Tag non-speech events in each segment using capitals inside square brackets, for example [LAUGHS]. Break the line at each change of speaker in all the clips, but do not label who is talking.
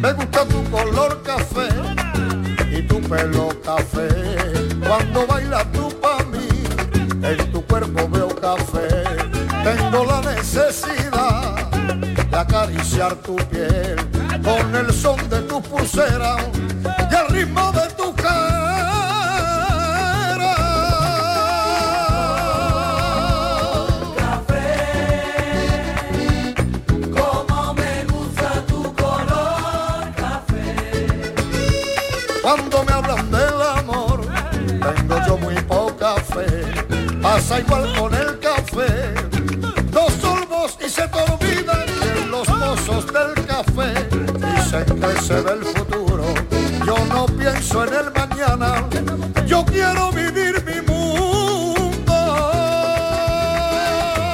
Me gusta tu color café y tu pelo café. Cuando bailas tú para mí, en tu cuerpo veo café. Tengo la necesidad de acariciar tu piel con el son de tu pulsera y el ritmo de tu
Como me gusta tu color
Cuando me hablan del amor, tengo yo muy poca fe. Pasa igual con el café. Dos sorbos y se te olvidan que los mozos del café. Dicen que se ve el futuro. Yo no pienso en el mañana. Yo quiero vivir mi mundo.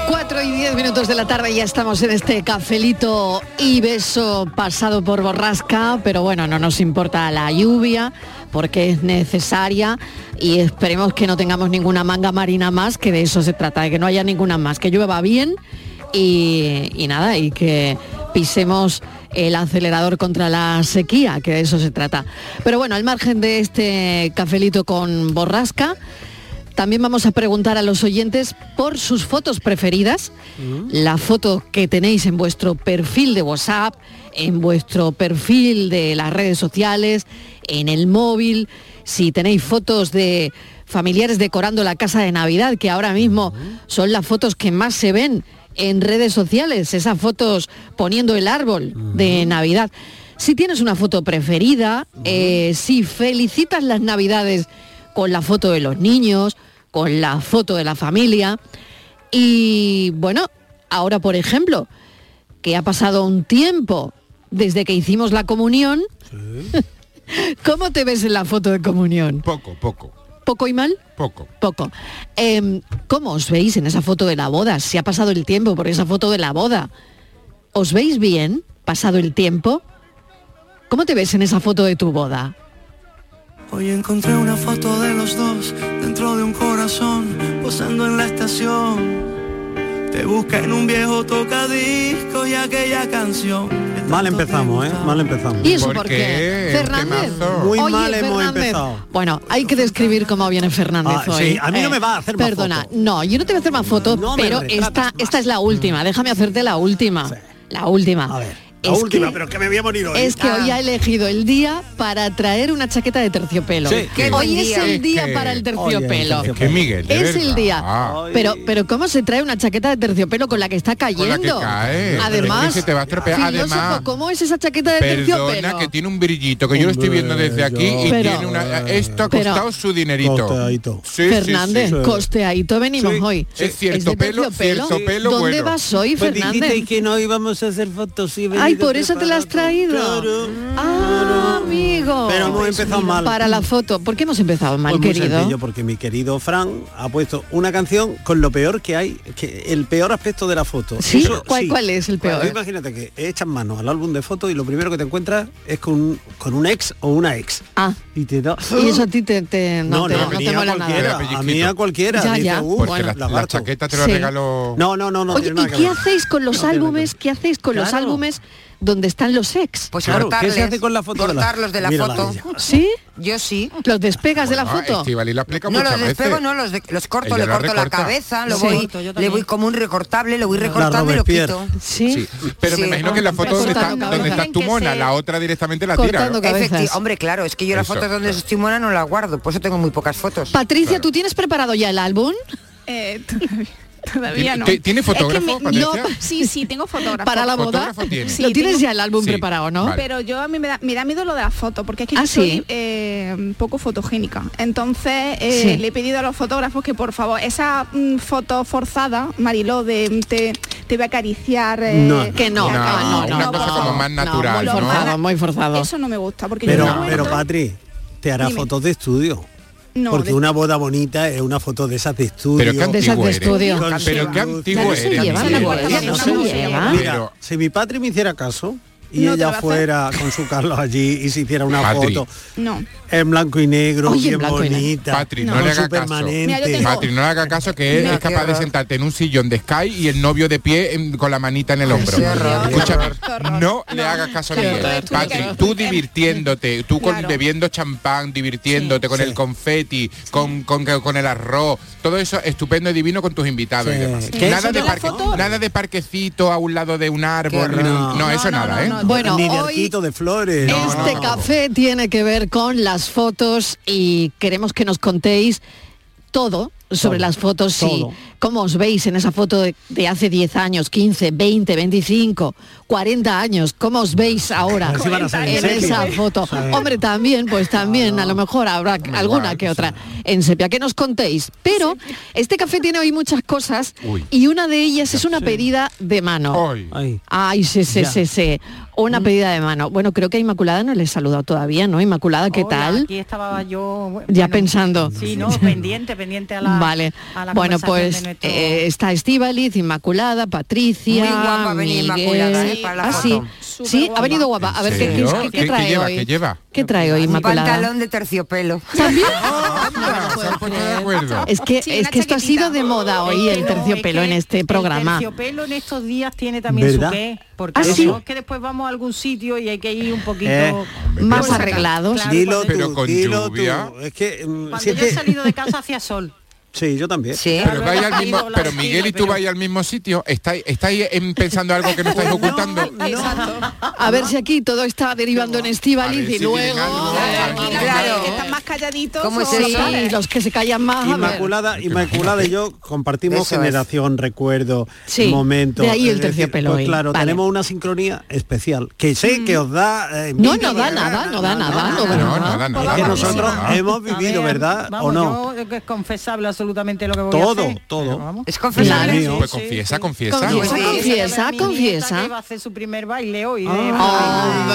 4 y 10 minutos de la tarde ya estamos en este cafelito y beso pasado por borrasca, pero bueno, no nos importa la lluvia porque es necesaria y esperemos que no tengamos ninguna manga marina más, que de eso se trata, de que no haya ninguna más, que llueva bien y, y nada, y que pisemos el acelerador contra la sequía, que de eso se trata. Pero bueno, al margen de este cafelito con borrasca, también vamos a preguntar a los oyentes por sus fotos preferidas, la foto que tenéis en vuestro perfil de WhatsApp, en vuestro perfil de las redes sociales, en el móvil, si tenéis fotos de familiares decorando la casa de Navidad, que ahora mismo son las fotos que más se ven en redes sociales, esas fotos poniendo el árbol de Navidad. Si tienes una foto preferida, eh, si felicitas las Navidades con la foto de los niños, con la foto de la familia. Y bueno, ahora por ejemplo, que ha pasado un tiempo desde que hicimos la comunión, [LAUGHS] ¿cómo te ves en la foto de comunión?
Poco, poco.
¿Poco y mal?
Poco.
Poco. Em, ¿Cómo os veis en esa foto de la boda? Si ha pasado el tiempo por esa foto de la boda. ¿Os veis bien pasado el tiempo? ¿Cómo te ves en esa foto de tu boda?
Hoy encontré una foto de los dos dentro de un corazón, posando en la estación. Te busca en un viejo tocadisco y aquella canción.
Mal empezamos, ¿eh? Mal empezamos.
¿Y eso por, qué? Fernández.
Muy
Oye,
mal hemos
Fernández.
empezado.
Bueno, hay que describir cómo viene Fernández
Ah,
hoy. Eh,
sí, a mí no me va a hacer más
Perdona, no, yo no te voy a hacer más fotos,
me Mm.
pero esta, esta es la última. Déjame hacerte la última. La última.
La
Es
última,
que-
pero que me había morido hoy.
Es que
Ah.
hoy ha elegido el día para traer una chaqueta de terciopelo.
Sí, Qué buen
hoy es
día.
el día
Es que-
para el
Oye,
terciopelo.
es que Miguel, de
es el
verdad.
día.
Ah.
Pero, pero ¿cómo se trae una chaqueta de terciopelo con la que está
Con
cayendo?
la que cae.
Además,
Es que se te va a estropear.
filósofo,
Además-
¿cómo es esa chaqueta de
Perdona
terciopelo?
que tiene un brillito que yo lo estoy viendo desde aquí y
Pero-
tiene una esto ha
Pero-
costado su dinerito. Sí, sí,
Fernández,
sí.
costeadito venimos hoy.
Es cierto
de
pelo,
terciopelo.
cierto pelo
¿Dónde
bueno.
vas hoy,
Pues
Fernández?
dijiste que no íbamos a hacer fotos y he
Ay,
venido
por eso te la has traído. Ah, amigo. Pues
Pero hemos empezado mal.
Para la foto. ¿Por qué hemos empezado mal,
Pues muy
querido?
sencillo, porque mi querido Fran ha puesto una canción con lo peor que hay, que el peor aspecto de la foto.
¿Sí?
Eso,
¿Cuál-
sí.
cuál es el peor?
Pues imagínate que echas mano al álbum de fotos y lo primero que te encuentras es con, con un ex o una ex.
Ah.
Y te da...
Y eso a ti te, te- no,
No,
te,
no,
no
a
te
mí a
mola
cualquiera,
nada.
a mí a cualquiera.
Ya,
dice,
ya.
"Uh,
Porque la-
la
lagarto".
chaqueta te la Sí. regaló-
No, no, no, no.
Oye,
tiene
¿y
nada que
qué
ver.
hacéis con los álbumes? ¿Qué hacéis con los
Claro.
álbumes donde están los ex?
Pues Claro, ¿qué cortarles, se hace con la foto de la- cortarlos de la Mírala foto. ella.
¿Sí?
Yo sí.
¿Los despegas de la
Bueno,
foto?
Estíbaliz la aplica No, muchas los despego, veces. no, los de- los corto, Ella le la corto la recorta. cabeza, lo voy- Corto, yo le también. voy como un recortable, lo voy recortando y lo quito.
Sí.
Pero me
Sí.
imagino que en la foto donde está, donde está tu mona, la otra directamente la tira. ¿no?
Efecti- hombre, claro, es que yo las
Eso,
fotos donde estoy mona no las guardo, por eso tengo muy pocas fotos.
Patricia, ¿tú tienes preparado ya el álbum?
Eh, Todavía no.
¿Ti- tiene
Es que
fotógrafo,
me-
Patricia?
no, sí, sí, tengo fotógrafo.
¿Para la boda?
¿Fotógrafo tiene?
Lo tienes
tengo-
ya el álbum Sí, preparado, ¿no? vale.
Pero yo a mí me da, me da miedo lo de la foto, porque es que
¿Ah,
yo
sí?
soy eh, un poco fotogénica. Entonces eh,
Sí.
le he pedido a los fotógrafos que por favor, esa mm, foto forzada, Mariló, de mm, te, te voy a acariciar. eh,
No, que no,
la
no,
cara,
no,
por
no,
favor.
muy forzado, muy forzado.
Eso no me gusta, porque yo
Pero,
tengo
pero
momentos-
Patri, te hará
Dime.
fotos de estudio.
No,
Porque
de-
una boda bonita es una foto de esas de estudio.
Pero qué antiguo eres. Pero qué antiguo
Ya no se
eres.
llevan
Miguel.
las bodas,
Pero-
no se llevan.
Pero-
Si mi padre me hiciera caso y
No te lo
ella
va a
fuera con su Carlos allí y se hiciera una
Patri.
foto
No.
en blanco y negro,
Oye, en
bien
blanco y negro.
bonita,
Patri, no,
con
le
su
haga caso.
permanente.
Patri, no le haga caso que él
Mira,
es
qué
capaz de
horror.
sentarte en un sillón de Sky y el novio de pie en- con la manita en el hombro. Escúchame, no le hagas caso a
Qué
Miguel.
horror.
Patri, tú divirtiéndote, tú con-
Claro.
bebiendo champán, divirtiéndote con el confeti, con, con, con el arroz, todo eso estupendo y divino con tus invitados y demás.
Que
Nada
eso
de,
no la
parque- nada de parquecito a un lado de un árbol. No, eso nada, ¿eh?
Bueno,
Ni de
hoy-
arquito de flores.
Este café tiene que ver con las fotos y queremos que nos contéis todo sobre las fotos y
todo.
cómo os veis en esa foto de, de hace 10 años, 15, 20, 25, 40 años, cómo os veis ahora
Así van a ser
en
en
esa
sepia.
foto.
Sí.
Hombre, también, pues también, a lo mejor habrá alguna que otra en sepia que nos contéis. Pero este café tiene hoy muchas cosas
Uy.
y una de ellas es una pedida de mano. Ay, sí, sí,
Ya.
sí, sí. Una pedida de mano. Bueno, creo que a Inmaculada no le he saludado todavía, ¿no? Inmaculada, ¿qué tal?
Aquí estaba yo bueno,
Ya pensando.
Sí, no, pendiente, pendiente a la
vale.
a la
bueno,
conversación
pues
de nuestro-
eh, está Estíbaliz, Inmaculada, Patricia.
Muy guapa venía
Miguel.
Inmaculada, ¿eh? Para la
ah,
foto.
sí. Sí, ha venido guapa. A
¿En
ver, ¿qué, qué-
serio?
qué- qué trae
lleva?
hoy?
¿Qué lleva?
¿Qué trae hoy,
Un
Inmaculada?
pantalón de terciopelo.
¿También?
De acuerdo.
Es que, es que esto ha sido de moda hoy, el terciopelo en este programa.
El terciopelo en estos días tiene también
¿Verdad?
su qué, porque
¿Ah,
no
sí?
es que después vamos a algún sitio y hay que ir un poquito
Eh,
más arreglados.
Dilo tú,
Pero con
dilo
lluvia.
tú. Es que mm,
Cuando
si es
yo he
que-
salido de casa
[LAUGHS]
hacia sol.
Sí, yo también.
Pero, vais al mismo- pero Miguel y tú vais al mismo sitio. ¿Estáis, estáis em, pensando algo que no estáis ocultando?
A ver si aquí todo está derivando en Estíbaliz y luego...
Claro. Que están más calladitos.
Ah, ¿Cómo es
o-
eso? Sí, los que se callan más. a ver.
Inmaculada, Inmaculada y yo compartimos
Eso es.
generación, recuerdo,
Sí,
momento.
de ahí el
Es decir,
terciopelo
pues
hoy.
claro,
Vale.
tenemos una sincronía especial que
Mm.
sé que os da. eh,
No,
envidia,
no da
¿verdad?
nada, no da nada, no da nada.
no da nada,
Es que
no da
nosotros
nada.
hemos vivido, ¿verdad?
Vamos,
¿O no?
yo creo que es confesable absolutamente lo que voy a
Todo,
hacer.
todo.
Es
confesable.
Pues
Claro.
confiesa, confiesa.
Confiesa, confiesa,
Que
confiesa.
va a hacer su primer baile hoy. ¿eh?
Ah,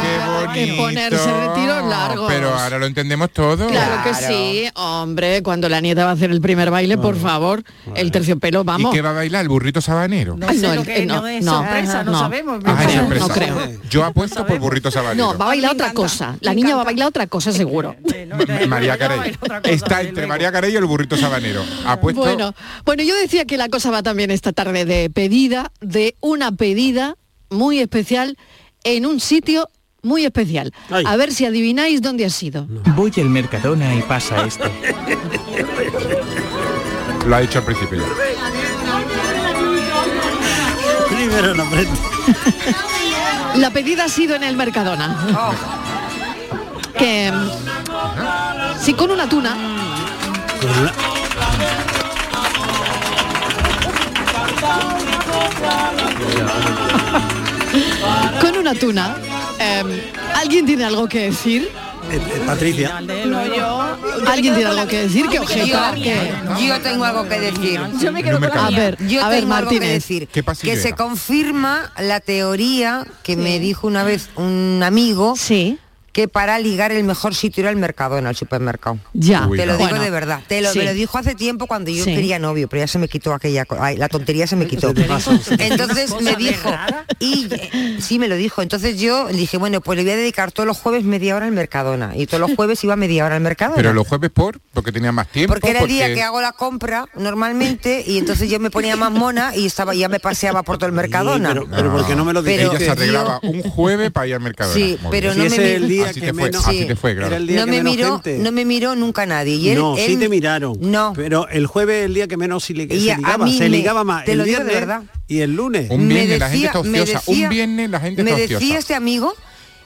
Qué bonito.
ponerse retiros largos.
Pero ahora lo entendemos todo.
Claro que sí, hombre, cuando la nieta va a hacer el primer baile, por favor, el terciopelo, vamos.
¿Y qué va a bailar? ¿El burrito sabanero?
Ay, No, el- eh, no, no,
sorpresa, no
no.
sabemos.
Ah,
creo,
sorpresa.
no creo.
Yo apuesto por burrito sabanero.
No, va a bailar otra cosa. La niña va a bailar otra cosa seguro.
María Carey. Está entre María Carey y el burrito sabanero. Apuesto.
Bueno, bueno, yo decía que la cosa va también esta tarde de pedida, de una pedida muy especial en un sitio muy especial. A ver si adivináis dónde ha sido.
Voy al Mercadona y pasa esto.
[LAUGHS] Lo ha dicho al principio ya.
Primero no aprende.
La pedida ha sido en el Mercadona. Que mm, sí con una tuna, con una tuna. Em, ¿Alguien tiene algo que decir?
Eh, Patricia.
No, yo.
¿Alguien tiene algo que decir? Que
Yo-
objetar, que...
Yo tengo algo que decir.
Yo me quedo con la
A
mía.
ver, yo
A ver,
tengo algo que
Martínez.
decir.
Qué pasillera.
que se confirma la teoría que me dijo una vez un amigo. Que para ligar el mejor sitio era el Mercadona, el supermercado.
Ya.
Te lo digo
Bueno,
de verdad. Te lo,
sí.
me lo dijo hace tiempo cuando yo
Sí.
quería novio, pero ya se me quitó aquella... co- ay, la tontería se me quitó. Entonces me dijo, y eh, sí me lo dijo. Entonces yo dije, bueno, pues le voy a dedicar todos los jueves media hora al Mercadona. Y todos los jueves iba media hora al Mercadona.
Pero los jueves por, porque tenía más tiempo.
Porque era el día que hago la compra normalmente y entonces yo me ponía más mona y estaba ya me paseaba por todo el Mercadona.
pero, pero ¿por qué no me lo
Pero-
dijiste?
Ella se arreglaba un jueves para ir al mercado.
Sí, pero no me
ese es el
vi-
día
Así
que
te fue,
menos-
así
Sí.
te fue, claro.
Era el día
no
que
me
menos
miró,
gente.
no me miró nunca nadie. Y él,
no, sí
él-
te miraron.
No.
Pero el jueves es el día que menos se, li-
Y
se
a- a
ligaba.
mí
Se
me-
ligaba más
te
el
lo digo de
viernes
verdad.
y el lunes.
Un
me
viernes la gente está
me
ociosa. Un
decía-
viernes la gente
me
está ociosa.
decía este amigo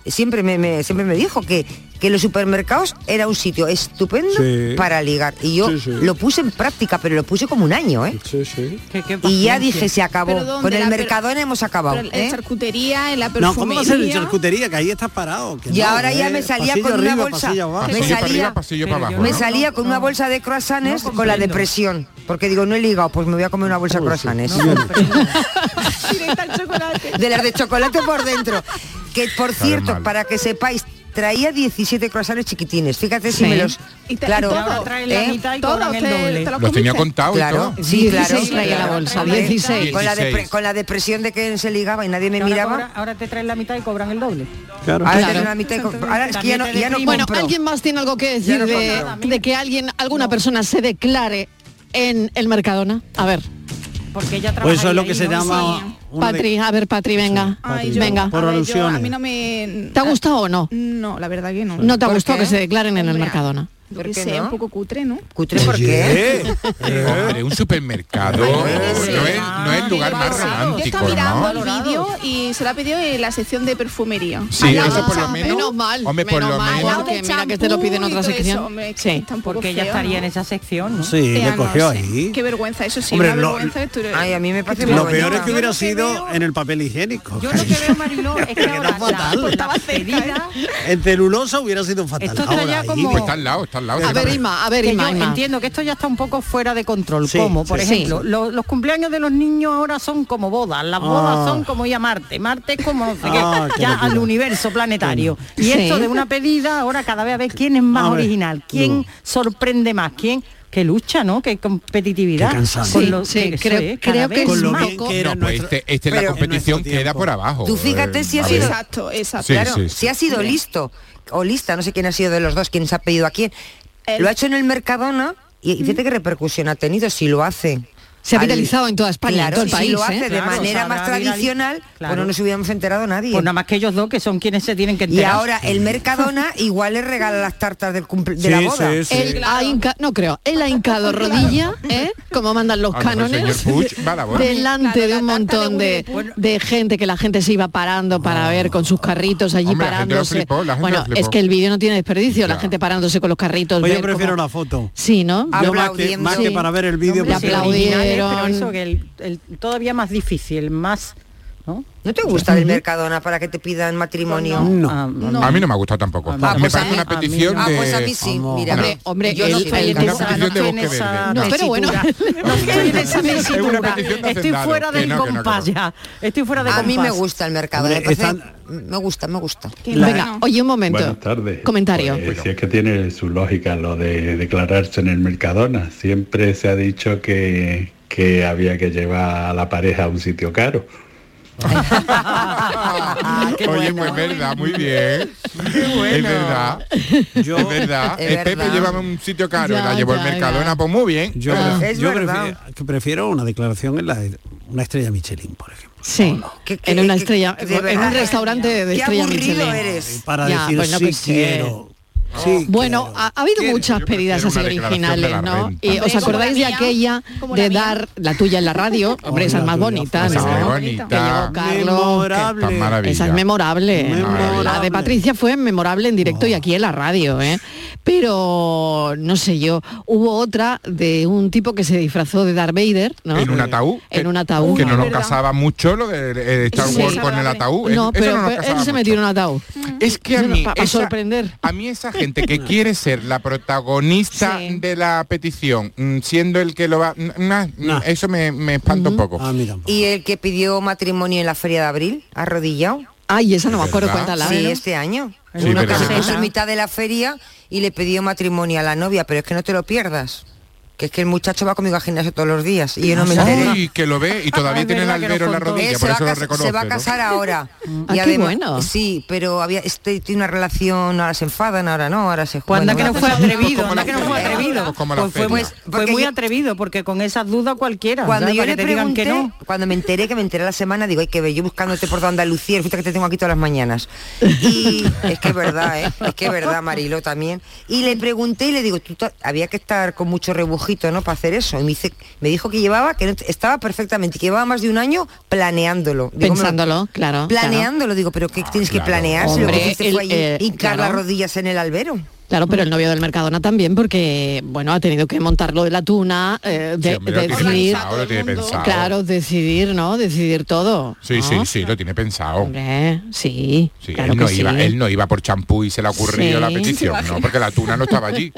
siempre me, me- siempre me dijo que que los supermercados era un sitio estupendo
Sí.
para ligar y yo
Sí, sí.
lo puse en práctica pero lo puse como un año ¿eh? y ya
paciencia.
dije se acabó
Pero ¿dónde
con el
la- pero-
mercadona hemos acabado
Pero
¿eh?
En charcutería, en la perfumería.
No, ¿cómo va a ser en charcutería? Que ahí estás parado. que
Y
no,
ahora ya
eh,
me salía
pasillo
con una
arriba,
bolsa.
pasillo abajo.
Me salía, me salía con una bolsa de croissants con la depresión. Porque digo, no he ligado, pues me voy a comer una bolsa de croissants. [LAUGHS] de las de chocolate por dentro. Que por
Saben
cierto,
mal.
para que sepáis, traía 17 croissants chiquitines. Fíjate si
Sí.
me los...
Y te-
claro, ¿Eh?
y todo, trae la mitad y cobran el doble.
Los tenía contados y
Claro,
todo.
sí, claro.
16 traía la bolsa,
Hombre,
16.
Con la, depre-
16.
con la depresión de que se ligaba y nadie me
ahora,
miraba.
cobra- ahora te traen la mitad y cobran el doble.
Claro. Ahora te traen la mitad y co- ahora es que ya no- ya no
bueno,
compro.
¿alguien más tiene algo que
Ya
decir
no
de,
compro.
de que alguien, alguna persona se declare en el Mercadona? A ver.
Porque ella
Pues eso es lo que se llama... una de-
Patri, a ver, Patri, venga.
Ay, yo-
venga.
Por
a ver, yo-
alusiones.
a mí no me...
¿Te ha gustado o no?
No, la verdad que no.
¿No te ha
¿Por
gustado
qué?
que se declaren en el
Hombre,
Mercadona?
Yo
¿Por
qué
qué
sé,
no?
un poco cutre, ¿no?
¿Cutre por
qué? Eh, Hombre, un supermercado no es, no es el lugar más
Yo
romántico,
estaba mirando
¿no?
el vídeo y se la ha pedido en la sección de perfumería.
Sí,
Al lado
eso
del
por lo
champú.
menos- Menos mal, hombre, por lo menos-
Al lado
que
del
mira que te lo piden en
champú
otra
y todo
sección.
eso, hombre, es que
Sí.
está un poco
Porque ella
feo,
estaría
¿no?
en esa sección, ¿no?
Sí,
Ea,
le
no
cogió
sé.
ahí.
Qué vergüenza, eso sí,
Hombre,
una
lo-
vergüenza esto era-
Ay, a mí me parece muy
Lo
bonito.
peor es que hubiera sido en el papel higiénico.
Yo lo que veo,
[LAUGHS]
Mariló, es que ahora la, la pedida...
En celulosa hubiera sido fatal.
Esto traía
Ahora, ahí-
como- Pues está
al lado, está al lado.
A ver,
Ima, a ver,
Que
Ima,
yo
Ima.
entiendo que esto ya está un poco fuera de control.
Sí,
como, por
sí,
ejemplo,
sí.
lo- los cumpleaños de los niños ahora son como bodas. Las bodas
Ah.
son como ir a Marte. Marte es como no sé qué,
Ah, qué
ya
locura.
al universo planetario.
Sí.
Y esto de una pedida, ahora cada vez a ver quién es más
A ver,
original, quién
no.
sorprende más, quién... Qué lucha, ¿no? Qué competitividad.
Qué cansado.
Con
Sí,
lo-
sí,
eso
creo-
es, cada
creo que
vez
es
más.
poco- que
No, pues este, este en la
Pero-
competición queda por abajo. eh,
Tú fíjate si ha
es
sido
Exacto, exacto.
Sí,
claro,
sí, sí.
si ha sido listo o lista, no sé quién ha sido de los dos, quién se ha pedido a quién. Lo ha hecho en el Mercadona y, y fíjate qué repercusión ha tenido si lo hace.
Se ha
al-
viralizado en toda España, en
Claro,
todo el
si
país.
lo
¿eh?
hace de
Claro,
manera
se
más
habrá virali-
tradicional,
Claro.
pues no nos hubiéramos enterado nadie.
Pues nada más que ellos dos que son quienes se tienen que
y
enterar.
ahora el Mercadona igual le regala las tartas del cumple, de la
Sí,
boda.
sí, sí.
Él ha hinca- no creo, él ha hincado rodilla, ¿eh? como mandan los
A lo mejor Ah, el
cánones,
señor
[LAUGHS]
Puig va a la boda.
delante de un montón de, de gente que la gente se iba parando para ver con sus carritos allí
Ah. Hombre, la gente lo
parándose.
flipó, la gente
bueno,
lo flipó.
es que el vídeo no tiene desperdicio, la gente parándose con los carritos.
Pues yo
ver
prefiero
cómo-
la foto.
Sí, ¿no?
Yo más que, más que
Sí.
para ver el vídeo,
Hombre,
prefiero-
aplaudieron.
Pero eso que el, el todavía más difícil, más... ¿No?
¿No te gusta el Mercadona para que te pidan matrimonio?
Ah,
A mí no me ha gustado tampoco.
Ah,
me
pues a
parece
mí-
una
a mí
petición
no. Ah,
de...
pues a mí sí,
Una-
mira. Hombre, hombre, yo no
es
estoy en
una
esa-
petición de
no estoy en
Bosque
esa-
Verde.
No, pero bueno.
[LAUGHS] No estoy en esa
Es una
tesitura.
petición de
Estoy
hacendado.
fuera
Que
del
no, que no, que
compás
no.
ya. Estoy fuera del
A
compás.
mí me gusta pues el Mercadona,
Hombre,
me parece-
están-
me gusta, me gusta.
Venga, oye un momento.
Buenas tardes.
Comentario.
Pues, si es que tiene su lógica lo de declararse en el Mercadona. Siempre se ha dicho que, que había que llevar a la pareja a un sitio caro.
[LAUGHS] Oye, pues es verdad, muy bien. Es
[LAUGHS]
verdad. es verdad. Este,
Es
El Pepe
verdad.
llévame a un sitio caro y
Ya,
la llevó al
ya,
Mercadona,
ya.
pues muy bien.
Yo,
Ah.
prefi- yo prefiero, que prefiero una declaración en la una estrella Michelin, por ejemplo.
Sí, en una estrella,
que- de
en
verdad.
un restaurante de
Qué
estrella
aburrido
Michelin.
eres. Eh, Para
Ya,
decir
pues no
sí
que sé.
quiero. Sí
bueno, ha, ha habido muchas pedidas así
una declaración de la
originales, ¿no?
renta.
Y os
Hombre, como
acordáis de aquella de dar la tuya en la [LAUGHS] radio, hombre, esa es más bonita,
pues, Esa
¿no?
es muy bonita.
Que llevó Carlos. que-
Tan maravilla.
Esa es memorable. ¿eh? La de Patricia fue memorable en directo y aquí en la radio, ¿eh? Pero no sé yo, hubo otra de un tipo que se disfrazó de Darth Vader, ¿no?
En un ataúd.
En un ataúd.
Que no nos
¿Verdad?
casaba mucho lo de eh, Star
Sí.
Wars con el ataúd.
No,
Eso
pero,
nos
pero él
casaba
se metió en un ataúd.
Es que a mí
para
esa-
sorprender.
A mí
[LAUGHS]
esa gente que quiere ser la protagonista de la petición, mm, siendo el que lo va... n- na- Eso me, me espanta un poco.
¿Y el que pidió matrimonio en la feria de abril, arrodillado?
Ay, esa no me acuerdo,
verdad?
cuéntala.
Sí,
Bueno.
este año.
En
Sí,
Uno
pero
que se
eso-
puso en mitad de la feria y le pidió matrimonio a la novia, pero es que no te lo pierdas. Que es que el muchacho va conmigo a gimnasio todos los días y yo no me enteré.
Ay, que lo ve y
[LAUGHS]
todavía tiene el albero en la rodilla,
Eh,
por
se, va
eso
a
lo
cas-
reconoce.
se va a
¿no?
casar ahora.
Ah, qué
además-
bueno.
Sí, pero había este tiene una relación, ahora se enfadan, ahora no, ahora se
Pues
juegan.
anda que no fue
[LAUGHS]
atrevido,
Como la
anda que no fue
feria.
atrevido.
Como la
Pues fue,
feria.
pues, fue muy atrevido, porque con esas dudas cualquiera.
Cuando
¿sabes?
yo
Para
le
que te digan
pregunté,
que no.
cuando me enteré, que me enteré la semana, digo, ay, que yo buscándote por Andalucía, resulta que te tengo aquí todas las mañanas.
[LAUGHS]
Y es que es verdad, ¿eh? es que es verdad, Marilo también. Y le pregunté y le digo, tú ta- había que estar con mucho rebujito, ¿no? Para hacer eso. Y me, dice, me dijo que llevaba, que no te- estaba perfectamente, que llevaba más de un año planeándolo. Digo, me lo-
Pensándolo, claro. claro.
Planeándolo, digo, pero ¿qué tienes que
Claro.
planear? Si lo que
Hombre,
hiciste fue
el-
allí
eh,
hincar
claro.
las rodillas en el albero.
Claro, pero el novio del Mercadona también, porque bueno, ha tenido que montarlo de la tuna, eh, de-
Sí, hombre, lo tiene
decidir,
pensado, lo tiene pensado.
claro, decidir, ¿no? Decidir todo.
Sí, sí, sí, lo tiene pensado.
Ah. Hombre, sí,
Sí,
claro
él, no
que
iba,
sí.
él no iba por champú y se le ocurrió
Sí.
la petición, ¿no? Porque la tuna no estaba
[LAUGHS]
allí.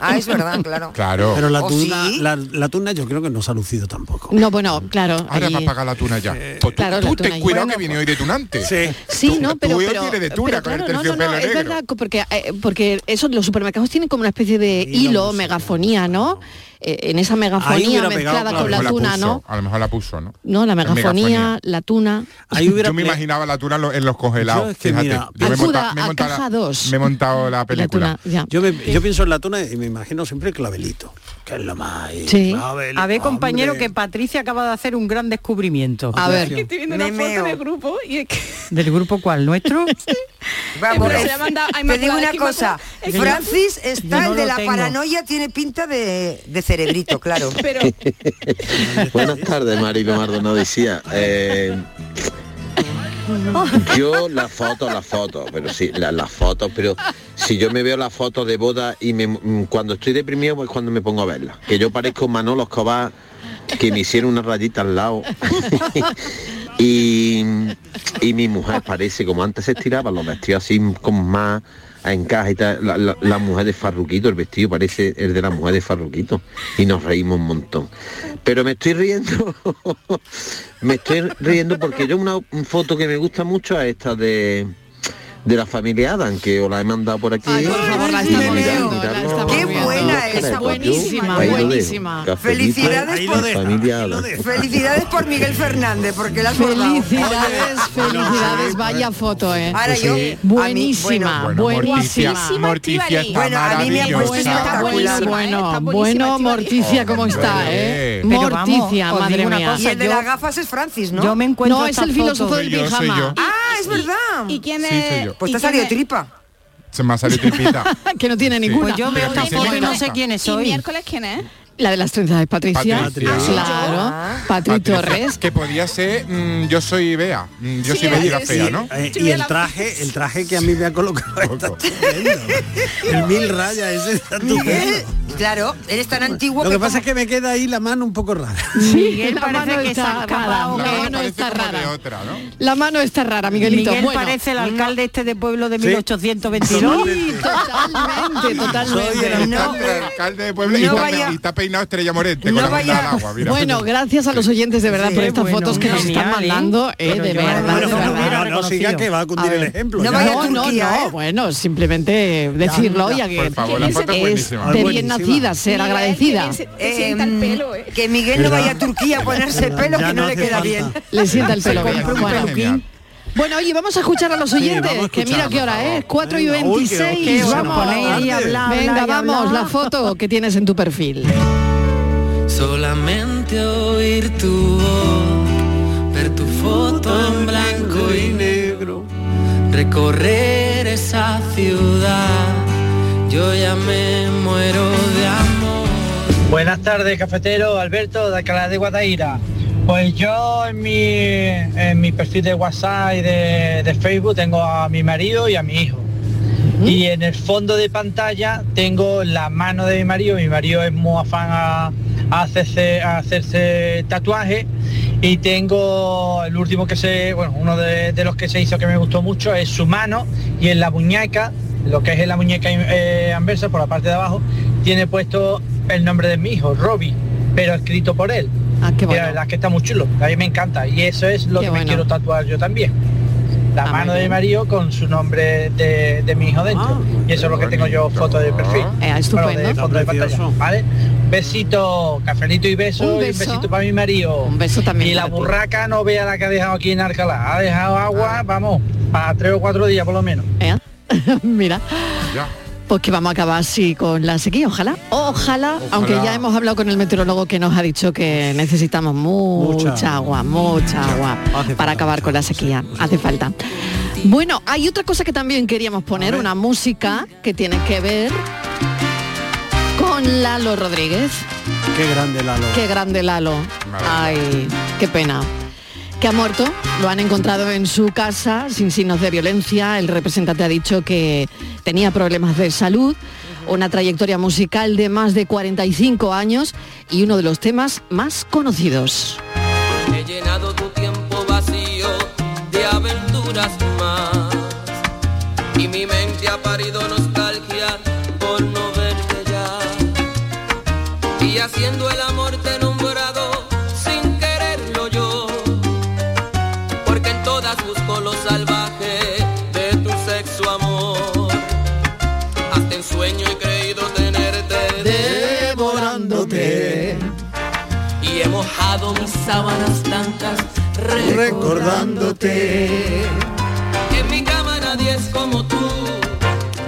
Ah, es verdad, claro.
Claro.
Pero la
¿O
tuna, la, la tuna yo creo que no se ha lucido tampoco. Eh,
No, bueno, claro.
Ahora
allí-
va a pagar la tuna ya. Pues tú,
claro, la
tú
tuna
ten
ya.
cuidado
Bueno,
que viene hoy de tunante.
Sí.
Sí, no, pero,
Tú hoy
pero,
vienes de tuna
pero
con el
claro, no, no,
terciopelo
no, es
negro.
verdad, co- porque, eh, porque eso, los supermercados tienen como una especie de hilo, megafonía, ¿no? Eh, en esa megafonía
hubiera pegado,
mezclada
claro.
con la
A lo mejor
tuna,
puso,
¿no?
A lo mejor la puso, ¿no?
No, la
En
megafonía, la tuna.
yo me imaginaba la tuna en los- en los congelados.
Yo es que
fíjate.
mira,
yo me, he
Acuda
monta- me he
a
montado la-
caja dos.
me he montado la película.
Yo, me- yo pienso en la tuna y me imagino siempre el clavelito, que es lo más... eh, clavelito,
A ver, compañero,
hombre.
que Patricia acaba de hacer un gran descubrimiento.
A ver.
que estoy viendo una foto del grupo y es que
¿Del grupo cuál?
[LAUGHS]
¿Nuestro?
[LAUGHS]
Vamos,
Pero se
es-
le ha mandado a
Ah, te
Inmaculada,
digo una
es que
cosa,
Inmaculada-
Yo no-
Francis
yo
está,
no
el de
lo
la
tengo.
paranoia tiene pinta de, de cerebrito,
[LAUGHS]
[LAUGHS] claro.
Pero
Buenas tardes, Marilo Maldonado y Sia. Eh,
Oh.
yo las fotos, las fotos, pero sí, la- las fotos, pero si yo me veo las fotos de boda y me- mm, cuando estoy deprimido pues cuando me pongo a verlas. Que yo parezco Manolo Escobar, que me hicieron una rayita al lado. y, y mi mujer parece, como antes se estiraban los vestidos así con más a encaje y tal, la, la- la mujer de Farruquito, el vestido parece el de la mujer de Farruquito. Y nos reímos un montón. Pero me estoy riendo, [LAUGHS] me estoy riendo porque yo una foto que me gusta mucho es esta de de la familia Adam, que os la he mandado por aquí.
Qué buena
Qué
esa,
buenísima, buenísima.
Felicidades por,
familia Adam.
felicidades por Miguel Fernández, porque la has bordado.
Felicidades, felicidades,
pues,
vaya foto, ¿eh?
Ahora yo- Pues Sí.
buenísima,
a mí- bueno. Bueno,
buenísima.
Morticia- Morticia está Bueno, a mí me ha puesto
Bueno,
espectacular.
bueno, ¿eh? bueno,
Oh,
Morticia, ¿cómo está, eh?
Pero vamos,
Morticia,
os
madre
digo una
mía.
cosa,
Y el de las gafas es Francis, ¿no?
Yo me encuentro
No, es
esta
el
foto.
filósofo del Soy yo, soy pijama. yo.
Ah, es verdad.
¿Y quién
Sí, soy yo.
Pues
¿Y
te ha salido
quién es?
tripa.
Se me ha salido tripita.
[LAUGHS] que no tiene
Sí.
ninguna.
Pues yo veo esta Pero foto y no sé quién
¿Y
¿Y miércoles?
miércoles quién es?
La de las trenzas de Patricia.
Patricia. Ah, soy yo.
Claro. Patri
Patricia,
Torres.
Que podía ser mm, yo soy Bea. Mm, yo
Sí,
soy Bea y la
sí,
fea,
sí.
¿no?
Eh, y el traje, el traje que a mí me ha colocado está estupendo. El mil rayas, ese está
Miguel,
estupendo.
claro, eres tan antiguo
Lo
que
que pasa es que me queda ahí la mano un poco rara.
Miguel
La
parece
mano
que se ha
está
acabado.
rara. La mano está rara.
otra, ¿no?
La mano está rara, Miguelito.
Miguel
bueno.
parece el alcalde este de pueblo de
Sí.
1822.
Sí, totalmente,
[LAUGHS]
totalmente.
Soy el alcalde, el alcalde de Puebla y,
no
está, pe-
vaya-
y está peinado Estrella Morente con la banda al agua. Mira.
Bueno, gracias a los oyentes de verdad
Sí,
por estas
bueno,
fotos que nos están
genial, ¿eh?
mandando, eh,
Pero
de
yo-
verdad.
Bueno,
de
no,
verdad.
no, no, no siga que va a
cundir
A
el
ver,
ejemplo,
No,
ya.
vaya
No,
no,
Turquía,
no,
¿eh?
bueno, simplemente decirlo ya,
ya,
que
por favor, la foto es
es
buenísima.
de bien
Buenísima.
nacida ser agradecida.
eh, que Miguel no
¿Verdad?
vaya a Turquía a ponerse el pelo que no, le queda bien.
Le sienta el pelo bien. Bueno.
Genial.
Bueno, oye, vamos a escuchar a los
Sí,
oyentes,
vamos a
que mira
escuchar,
qué hora
por favor.
es, 4 y
Venga, uy, qué-
26,
qué hora,
vamos.
ponéis ahí a hablar,
Venga,
hablar y
vamos,
hablar.
la foto que tienes en tu perfil. [LAUGHS]
Solamente oír tu voz, ver tu foto en blanco y negro, recorrer esa ciudad, yo ya me muero de amor.
Buenas tardes, cafetero Alberto de Alcalá de Guadaira. Pues yo en mi, en mi perfil de WhatsApp y de, de Facebook tengo a mi marido y a mi hijo. Y en el fondo de pantalla tengo la mano de mi marido. Mi marido es muy afán a, a hacerse, a hacerse tatuaje. Y tengo el último que se, bueno, uno de, de los que se hizo que me gustó mucho es su mano y en la muñeca, lo que es en la muñeca eh, anversa por la parte de abajo, tiene puesto el nombre de mi hijo, Robbie, pero escrito por él.
qué
Y la verdad es que está muy chulo, a mí me encanta y eso es lo que me quiero tatuar yo también. La mano de mi marido con su nombre de, de mi hijo dentro. y eso es lo que tengo yo foto de perfil.
eh, estupendo.
Bueno, de
Está
foto de pantalla,
precioso.
¿vale? Besito, cafelito y beso,
Un
y
beso.
besito para mi marido. Un
beso también
Y la
para ti.
burraca no vea la que ha dejado aquí en Alcalá. Ha dejado agua, vamos, para tres o cuatro días por lo menos.
¿Eh? mira.
Ya.
Pues que vamos a acabar así con la sequía, ojalá, ojalá, aunque ya hemos hablado con el meteorólogo que nos ha dicho que necesitamos mucha,
Mucha.
agua, mucha agua para acabar con la sequía, hace falta. Bueno, hay otra cosa que también queríamos poner, una música que tiene que ver con Lalo Rodríguez.
Qué grande Lalo.
Qué grande Lalo. Ay, qué pena. que ha muerto. Lo han encontrado en su casa sin signos de violencia. El representante ha dicho que tenía problemas de salud, una trayectoria musical de más de 45 años y uno de los temas más conocidos.
He llenado tu tiempo vacío de aventuras más y mi mente ha parido nostalgia por no verte ya y haciendo el amor te he nombrado sin quererlo yo porque en todas busco lo salvaje de tu sexo amor hasta en sueño he creído tenerte
devorándote
y he mojado mis sábanas blancas
recordándote.
En mi cama nadie es como tú.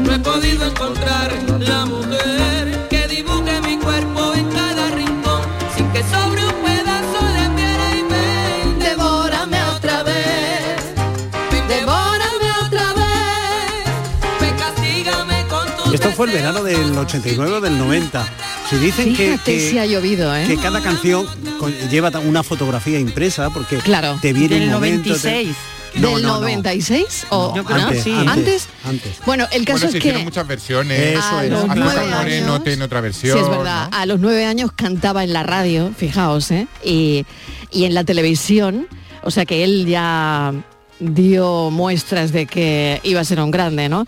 No he podido encontrar la mujer que dibuje mi cuerpo en cada rincón sin que sobre un pedazo de piel y ven. Devórame otra vez, devórame otra vez, ven castígame con tu
Esto fue el verano del 89 o del 90. Si dicen que,
Fíjate
que-
si ha llovido, ¿eh?
que cada canción con- lleva ta- una fotografía impresa porque
Claro.
te viene
Del
el momento.
96.
te- No,
¿Del
no, no.
96? o
Yo creo que
antes,
sí.
antes,
antes,
Bueno, el
bueno,
caso
se
es que
hicieron muchas versiones.
Eso A es. los
Hasta
nueve
San Moreno
años-
tiene otra
Sí,
versión.
es verdad. A los nueve años cantaba en la radio, fijaos, ¿eh? Y, y en la televisión, o sea que él ya dio muestras de que iba a ser un grande, ¿no?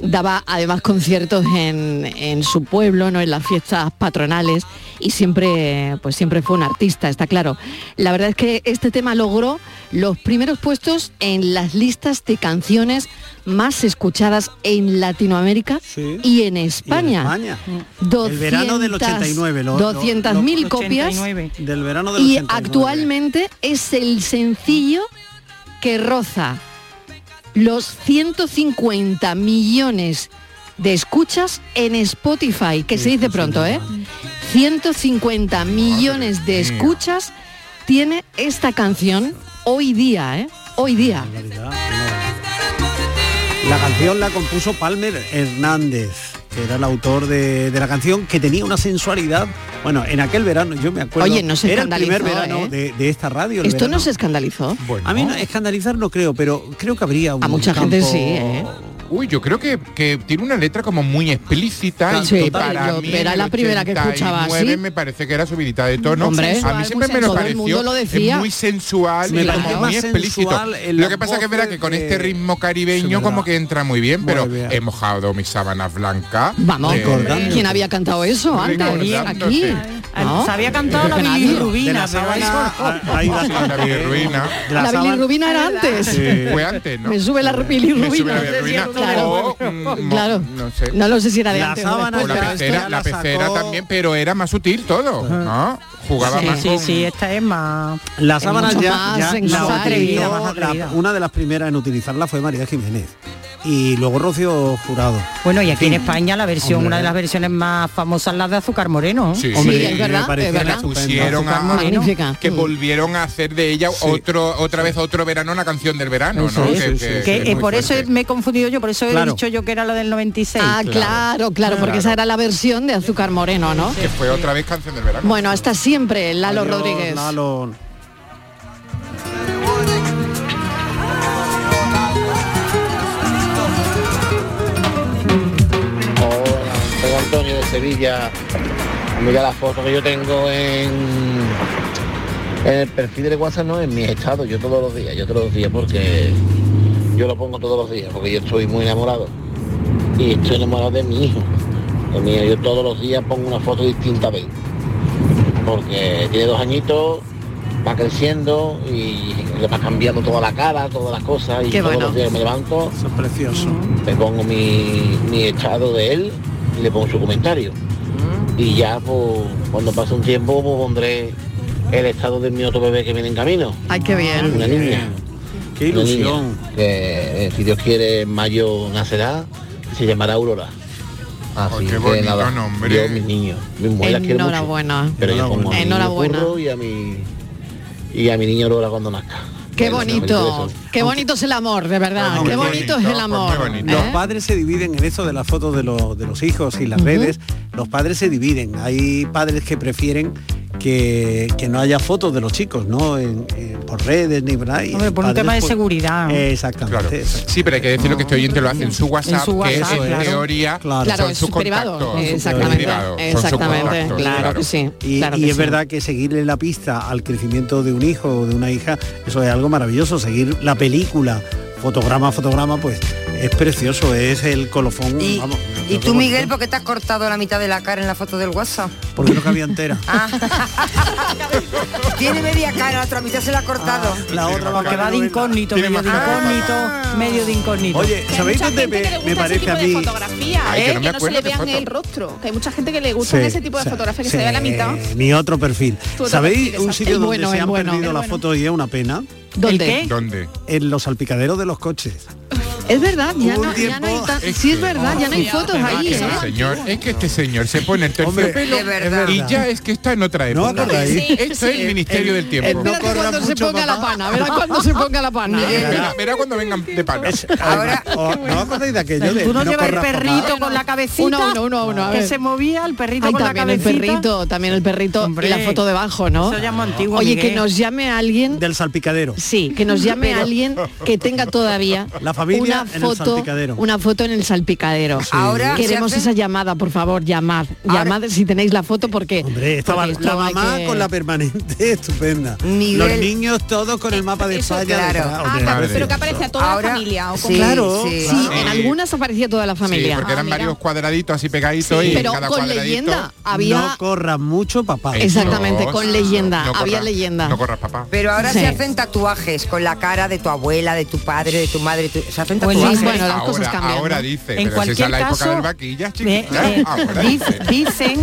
Daba además conciertos en, en su pueblo, ¿no? En las fiestas patronales y siempre, pues siempre fue un artista, está claro. La verdad es que este tema logró los primeros puestos en las listas de canciones más escuchadas en Latinoamérica
Sí.
y en España. Mm.
España. El verano del 89, lo- lo-
200.000 copias
Del verano del
y
89.
actualmente es el sencillo que roza los 150 millones de escuchas en Spotify, que se dice pronto, ¿eh? 150 millones de escuchas tiene esta canción hoy día, ¿eh? Hoy día.
La canción la compuso Palmer Hernández, que era el autor de, de la canción, que tenía una sensualidad. Bueno, en aquel verano, yo me acuerdo.
Oye, no se
Era el primer
escandalizó,
verano
¿eh?
de, de esta radio. el
Esto
verano.
no se escandalizó.
A mí no, escandalizar no creo, pero creo que habría un
A mucha gente
campo-
sí, ¿eh?
Uy, yo creo que, que tiene una letra como muy explícita
Sí,
y que
pero
para
yo-
mí
era
en
la
el
primera que escuchaba
89
así.
me parece que era subidita de tono.
Hombre.
a mí
Sensual,
siempre
muy
me lo
sensual. Todo el
pareció
mundo lo decía.
muy sensual,
Sí,
y
claro.
muy
Más
explícito.
sensual en
Lo
las
que pasa que es verdad que con este ritmo caribeño como que entra muy bien, pero he mojado mis sábanas blancas.
Vamos,
Eh,
¿quién había cantado eso antes?
Recordándote.
Aquí. ¿no?
Se había cantado la
Creo que nadie.
bilirrubina,
De la
pero ahí-
[LAUGHS] Ahí va la bilirruina.
La, bilirrubina
Ah,
era antes.
Sí. Fue antes, ¿no?
[LAUGHS] Me sube la bilirrubina.
Me sube la bilirrubina.
Claro.
O, mm,
Claro.
no sé.
No lo sé si era de
La
antes
sábana
o
o la
después, pero
pecera,
esto-
la pecera también, pero era más sutil todo,
Ah.
¿no? Jugaba
Sí,
más
sí,
con-
sí, esta es más...
La
es
sábana
mucho
ya,
más
ya
sensual.
la
Más atrevida,
utilizó,
más
la-
atrevida.
una de las primeras en utilizarla fue María Jiménez y luego Rocío Jurado.
Bueno, y aquí
Sí.
en España la versión,
Hombre.
una de las versiones más famosas, la de Azúcar Moreno.
Sí,
Hombre,
sí,
es
verdad, es
que
verdad.
la pusieron a,
Azúcar Moreno. Magnífica.
que volvieron a hacer de ella otro otra vez otro verano la canción del verano, ¿no?
Sí,
Que-
sí,
que-
sí.
que
Que,
es
eh,
muy
por eso
fuerte.
me he confundido yo, por eso he
Claro.
dicho yo que era la del 96.
Ah, claro, claro, porque esa era la versión de Azúcar Moreno, Ah, ¿no?
que fue otra vez canción del verano.
Bueno, hasta siempre, Lalo
Adiós,
Rodríguez.
Lalo.
Hola, soy Antonio de Sevilla. Mira la foto que yo tengo en, en el perfil de WhatsApp, no en mi estado, yo todos los días, yo todos los días porque yo lo pongo todos los días, porque yo estoy muy enamorado. Y estoy enamorado de mi hijo. De mi hijo. Yo todos los días pongo una foto distinta de él. Porque tiene dos añitos, va creciendo y le va cambiando toda la cara, todas las cosas. Y
Qué
todos
bueno.
los días me levanto
Eso es precioso.
me pongo mi, mi estado de él y le pongo su comentario. Y ya pues, cuando pase un tiempo pues, pondré el estado de mi otro bebé que viene en camino.
Ay, qué bien.
Una niña.
Qué
Una niña
ilusión.
que eh, si Dios quiere en mayo nacerá, se llamará Aurora. Así
Ay, Oh, qué
que
bonito
nada,
nombre.
yo mis niños, mis mujeres las quiero mucho.
Enhorabuena.
Pero yo pongo a mi niño
Enhorabuena.
Curro y a mi y a mi niña Aurora cuando nazca.
Qué
Bueno,
bonito.
felicidades.
Qué bonito es el amor, de
Ah,
verdad. Qué bonito es
pues,
el amor.
¿eh?
Los padres se dividen en esto de las fotos de, los- de los hijos y las redes. Los padres se dividen. Hay padres que prefieren que, que no haya fotos de los chicos, ¿no? En- en- por redes ni por ahí.
Hombre, por un
Padres,
tema de
pues,
seguridad.
Exactamente.
Claro. Sí, pero hay que decirlo que este oyente lo hace en su WhatsApp, que en
claro.
teoría
Claro,
son
es
sus
privado,
contactos.
exactamente, Eh,
privado, son sus
exactamente,
contactos,
claro que sí,
Y,
claro
y
que
es
sí.
verdad que seguirle la pista al crecimiento de un hijo o de una hija, eso es algo maravilloso. Seguir la película, fotograma a fotograma, pues es precioso, es el colofón.
Y,
vamos,
y tú, Miguel, ¿por qué te has cortado la mitad de la cara en la foto del WhatsApp?
porque no
[LAUGHS]
cabía entera.
Tiene media cara, la otra mitad se la ha cortado.
Ah,
la otra
Porque va de incógnito, medio de incógnito, medio de incógnito.
Ah. Oye,
Que hay
¿sabéis
mucha
dónde
gente
me-
que le
me
gusta ese
parece
tipo
a
de
mí?
fotografía,
Ay,
¿eh?
que
que no,
no me
se
acuerdo
le
qué
vean
foto.
el rostro. Que hay mucha gente que le gustan
Sí,
ese tipo de
sí,
fotografía, que
sí, eh,
se vea la mitad.
Mi otro perfil.
Tu otro
¿Sabéis
perfil,
un
exacto.
sitio
El
donde
bueno,
se
el
han
bueno.
perdido
El
las
bueno.
fotos y es una pena?
¿Dónde? ¿El qué?
¿Dónde?
En los salpicaderos de los coches.
[LAUGHS] Es verdad, ya no, ya no hay
tiempo-
tan- sí es verdad, ya no hay fotos
Que va,
ahí,
que
¿eh?
va, señor, es que este señor se pone el
Hombre,
terciopelo
de verdad.
y ya es que está en
Eh,
otra
¿No
época.
acordáis? Sí,
Esto es
sí.
el Ministerio del Tiempo.
Espérate cuando se ponga la pana, verá cuando se ponga la
Ah,
pana. Eh,
Verá, verá cuando vengan de pana.
Ahora, ¿No acordáis de aquello de
Tú no, llevas el
corras, papá?
perrito con la cabecita.
Uno, uno, uno, uno, a
que
ver.
se movía el perrito
Ay,
con la
también el
cabecita.
perrito, también el perrito y la foto debajo, ¿no?
Eso ya es muy antiguo,
Oye,
Miguel.
que nos llame alguien,
Del salpicadero.
sí, que nos llame
Pero-
alguien que tenga todavía
[LAUGHS] La familia
una
en el
foto,
salpicadero.
una foto en el salpicadero.
Ahora se
queremos
hacen-
esa llamada, por favor, llamad, llamad si tenéis la foto porque
Hombre, estaba
porque
la
esto hay
mamá
que-
con la permanente [LAUGHS] estupenda.
Miguel.
Los niños todos con el mapa de
Eso,
España.
claro.
detrás,
Ah,
hombre,
claro,
madre.
pero que aparece a toda
Ahora-
la familia. O
sí,
con-
Claro,
Sí,
claro.
en algunas aparecía toda la
Ah, Sí,
familia. Ah,
porque
Ah,
eran varios cuadraditos así pegaditos
Sí,
y en
pero
cada
con
cuadradito.
leyenda había Pues
No corras mucho, papá.
Exactamente, con leyenda,
No
había
corras,
leyenda.
No corras, papá.
Pero ahora
Sí.
se hacen tatuajes con la cara de tu abuela, de tu padre, de tu madre. tu- Se hacen
Pues sí,
tatuajes.
bueno, las cosas
Ahora,
cambian. ¿no?
ahora dice, pero si esa
En
es
cualquier
la época
caso,
del vaquillas,
Eh,
chiquita.
eh,
ahora
dic-
dice.
dicen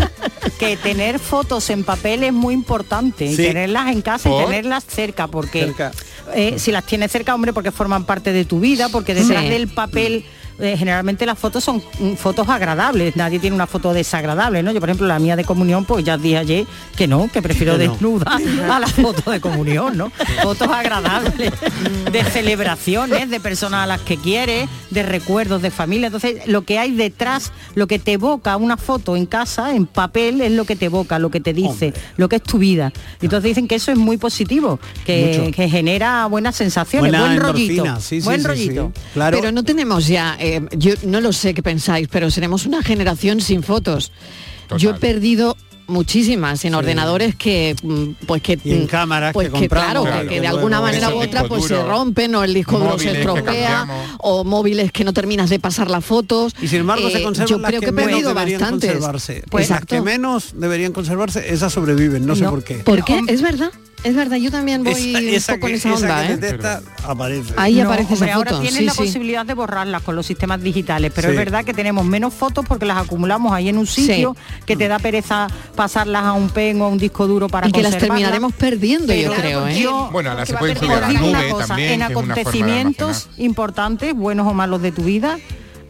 que tener fotos en papel es muy importante
Sí.
y tenerlas en casa
¿Por?
y tenerlas cerca porque
Cerca.
eh, si las tienes cerca hombre porque forman parte de tu vida porque detrás
Sí.
del papel eh, generalmente las fotos son mm, fotos agradables nadie tiene una foto desagradable no yo por ejemplo la mía de comunión pues ya dije ayer que no que prefiero
Que no.
desnuda a la foto de comunión no fotos agradables de celebraciones de personas a las que quieres de recuerdos de familia entonces lo que hay detrás lo que te evoca una foto en casa en papel es lo que te evoca lo que te dice lo que es tu vida entonces dicen que eso es muy positivo que,
Mucho.
que genera buenas sensaciones
Buena
buen
endorfina,
rollito
sí, sí,
buen
sí, sí.
rollito
Claro.
Pero no tenemos ya, eh, yo no lo sé qué pensáis, pero seremos una generación sin fotos. Yo he perdido muchísimas en ordenadores que mm, pues que
Y en
mm,
cámaras
pues
que
claro,
compramos,
que- que,
Claro. que
de
luego-
alguna manera
Esos
u otra
discos
pues se
duros.
rompen o el disco duro se
Móviles que
estropea
cambiamos.
o móviles que no terminas de pasar las fotos
Y sin embargo
Eh,
se conservan
yo
las
creo
que,
que he
menos
perdido
deberían
bastantes
conservarse. Pues las que
Exacto.
menos deberían conservarse, esas sobreviven, no, sé
No,
por qué. [LAUGHS]
¿Por qué? Es verdad, es verdad, yo también voy
Esa-
un
esa
poco
que-
en esa
esa
onda,
que
¿eh?
detesta, aparece.
Ahí
No,
aparece
hombre,
esa foto.
ahora tienes
sí,
la
sí.
posibilidad de borrarlas con los sistemas digitales, pero
Sí.
es verdad que tenemos menos fotos porque las acumulamos ahí en un sitio que te da pereza pasarlas a un pen o a un disco duro para
Y que las
conservarlas.
terminaremos perdiendo, yo
Pero
creo, ¿eh?
yo-
Bueno, ahora
porque
se
va
pueden
a perder-
subir a la
os digo una
nube
cosa,
también,
En
que es una forma de
acontecimientos importantes, buenos o malos de tu vida.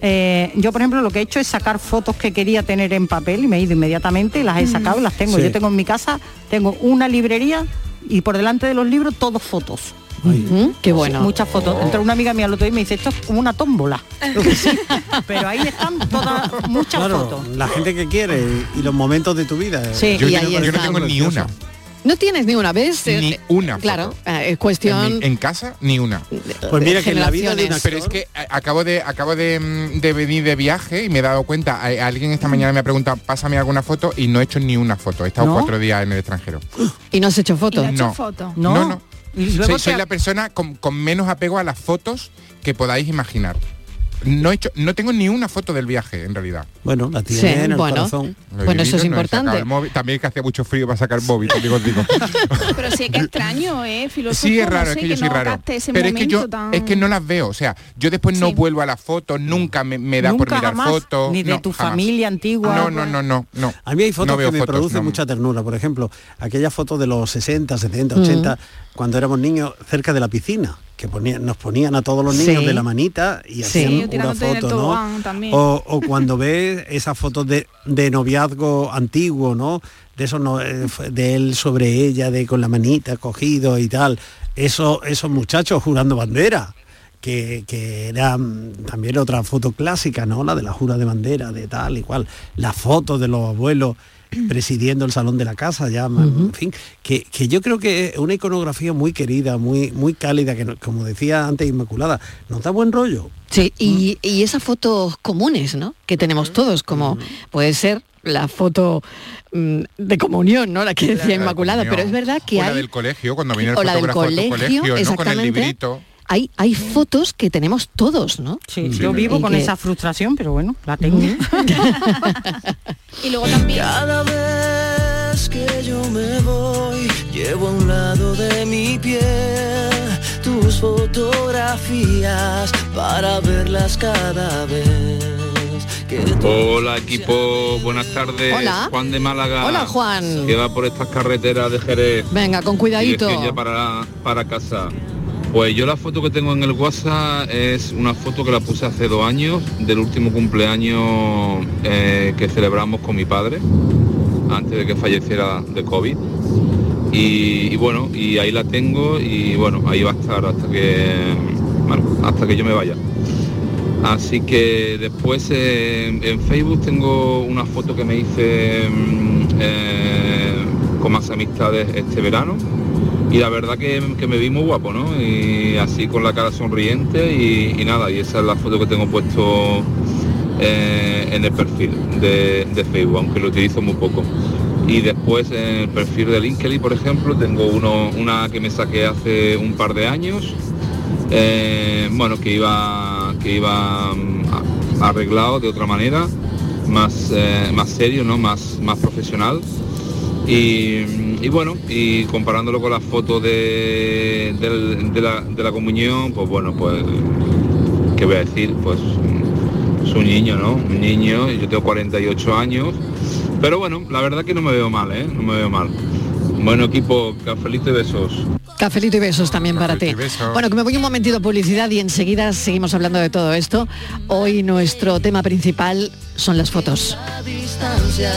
eh, yo, por ejemplo, lo que he hecho es sacar fotos que quería tener en papel y me he ido inmediatamente y las
Mm.
he sacado y las tengo.
Sí.
Yo tengo en mi casa, tengo una librería y por delante de los libros todos fotos.
Mm, Qué bueno.
Muchas fotos. Entró una amiga mía el otro día y me dice, esto es como una tómbola. Sí, pero ahí están todas, muchas
Claro,
fotos.
la gente que quiere y los momentos de tu vida.
Sí.
Yo,
Y
yo
ahí
no- yo no
está.
tengo ni una.
No tienes ni una vez. eh,
Ni
eh,
una
Claro,
foto.
eh, es
En,
cuestión.
mi- en casa, ni una.
Pues mira que en la vida de un
generaciones.
Pero es que a- acabo de acabo de, mm, de venir de viaje y me he dado cuenta. a- alguien
Mm.
esta mañana me ha preguntado, pásame alguna foto y no he hecho ni una foto. He estado
¿No?
cuatro días en el extranjero.
y no has hecho
Y le
fotos.
ha hecho
No.
foto.
No,
No, no.
Y
Soy,
luego te-
soy la persona con, con menos apego a las fotos que podáis imaginar. No he hecho, no tengo ni una foto del viaje en realidad.
Bueno, la
Sí,
tiene en el
bueno.
corazón.
Lo he
Bueno, eso es
no he sacado
importante.
el móvil. También que hace mucho frío para sacar el móvil, también os digo.
Pero sí que extraño, ¿eh? Filósofo,
[LAUGHS] Sí, es
no
raro, es
sé,
que yo soy
no
raro.
capte ese
Pero es que yo
momento tan-
es que no las veo. O sea, yo después no
Sí.
vuelvo a las fotos, nunca me, me da por
Nunca
mirar
jamás,
fotos.
ni de
no,
tu
jamás.
familia antigua.
No, no, no, no, no.
A mí hay fotos
No veo
que me
fotos,
producen
no.
mucha ternura, por ejemplo, aquellas fotos de los 60, 70, 80, cuando éramos niños cerca de la piscina, que ponían- nos ponían a todos los niños
Sí.
de la manita y
Sí.
hacían
Sí,
una
tirándote del
foto, ¿no?
tobogán también.
O, o
[LAUGHS]
cuando ves esas fotos de, de noviazgo antiguo, ¿no? De esos no- eh, fue- de él sobre ella, de con la manita cogido y tal. Eso, esos muchachos jurando bandera. que, que era mm, también otra foto clásica, ¿no? La de la jura de bandera, de tal y cual, la foto de
[CLEARS THROAT]
los abuelos presidiendo el salón de la casa ya, ma- en fin, que, que yo creo que es una iconografía muy querida, muy, muy cálida, que no- como decía antes Inmaculada, nos da buen rollo.
Sí, y, y esas fotos comunes, ¿no? Que
Mm.
tenemos todos, como puede ser la foto mm, de comunión, ¿no? La que decía
La
Inmaculada,
comunión.
pero es verdad que
o la
hay
del colegio, cuando viene el
o la del
fotógrafo del colegio,
colegio,
¿no? con el
exactamente.
librito.
hay, hay fotos que tenemos todos, ¿no?
Sí, yo vivo con esa frustración, pero bueno, la tengo.
Y luego también...
Cada vez que yo me voy, llevo a un lado de mi piel tus fotografías para verlas cada vez que tú
Hola equipo, buenas tardes.
Hola.
Juan de Málaga.
Ah,
Hola, Juan.
Que va por estas carreteras de Jerez.
Venga, con
Y
cuidadito.
es que ya para, para casa. Pues yo la foto que tengo en el WhatsApp es una foto que la puse hace dos años, del último cumpleaños eh, que celebramos con mi padre, antes de que falleciera de COVID. Y, y bueno, y ahí la tengo y bueno, ahí va a estar hasta que, bueno, hasta que yo me vaya. Así que después eh, en Facebook tengo una foto que me hice mm, eh, con más amistades este verano y la verdad que, que me vi muy guapo, ¿no? Y así con la cara sonriente y, y nada, y esa es la foto que tengo puesto eh, en el perfil de, de Facebook, aunque lo utilizo muy poco. Y después en el perfil de LinkedIn, por ejemplo, tengo uno, una que me saqué hace un par de años eh, bueno que iba que iba mm, a- arreglado de otra manera más eh, más serio no más más profesional y, mm, y bueno y comparándolo con las fotos de, del- de la, de la comunión pues bueno pues qué voy a decir pues mm, es un niño no un niño y yo tengo 48 años pero bueno la verdad que no me veo mal ¿eh? no me veo mal bueno equipo cafelito y besos
Cafelito y besos también para ti.
besos.
Bueno, que me voy un momentito a publicidad y enseguida seguimos hablando de todo esto. Hoy nuestro tema principal son las fotos.
distancia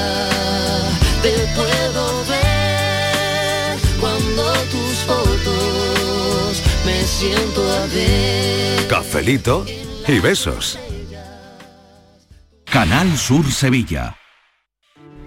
te puedo ver cuando tus fotos me siento a ver.
Cafelito y besos.
Canal Sur Sevilla.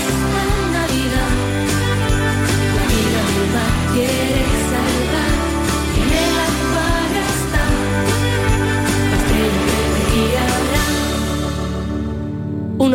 Navidad, la vida viva quieres salvar, tiene la para estar, la estrella que te guiará.
Un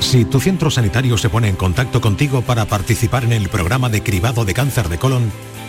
Si tu centro sanitario se pone en contacto contigo para participar en el programa de cribado de cáncer de colon,